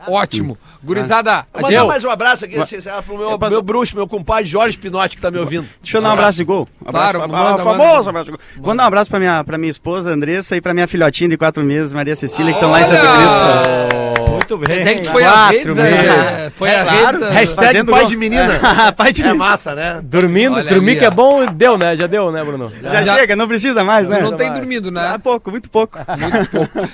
Ótimo. Gurizada, Mandar adiante. mais um abraço aqui esse- esse- pro meu, passo- meu bruxo, meu compadre Jorge Pinotti, que tá me ouvindo. Deixa eu dar um abraço de gol. Um abraço, Claro, ah, manda, manda. famoso abraço de gol. Vou dar um abraço pra minha, pra minha esposa, Andressa, e pra minha filhotinha de quatro meses, Maria Cecília, que estão Então lá em Santa Cruz. Muito bem. Até que foi a Quatro redes, é, meses. foi a redes. é, Hashtag Fazendo pai gol. de menina. pai de É massa, né? Dormindo, Olha dormir ali, que ó. é bom, deu, né? Já deu, né, Bruno? Já, Já- chega, não precisa mais, né? Tu não tem dormido, Ah, né? pouco, muito pouco.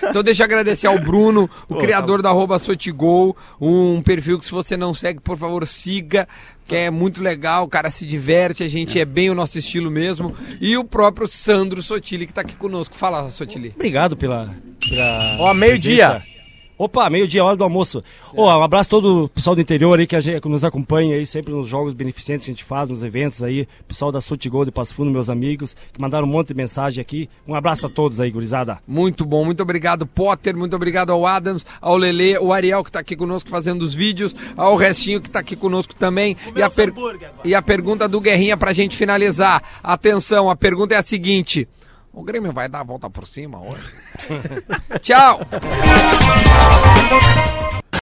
Então deixa eu agradecer ao Bruno, o criador da arroba Sotigol, um perfil que se você não segue, por favor, siga, que é muito legal, o cara se diverte, a gente é bem o nosso estilo mesmo. E o próprio Sandro Sotili, que tá aqui conosco. Fala, Sotili. Obrigado pela. pela Ó, meio-dia. presença. Opa, meio-dia, hora do almoço. Ó, um abraço a todo o pessoal do interior aí que, a gente, que nos acompanha aí sempre nos jogos beneficentes que a gente faz, nos eventos aí. Pessoal da Sotigol de Passo Fundo, meus amigos, que mandaram um monte de mensagem aqui. Um abraço a todos aí, gurizada. Muito bom, muito obrigado, Potter. Muito obrigado ao Adams, ao Lele, o Ariel que tá aqui conosco fazendo os vídeos, ao Restinho que tá aqui conosco também. E a, per- hambúrguer agora. e a pergunta do Guerrinha pra gente finalizar. Atenção, a pergunta é a seguinte: O Grêmio vai dar a volta por cima hoje? Tchau!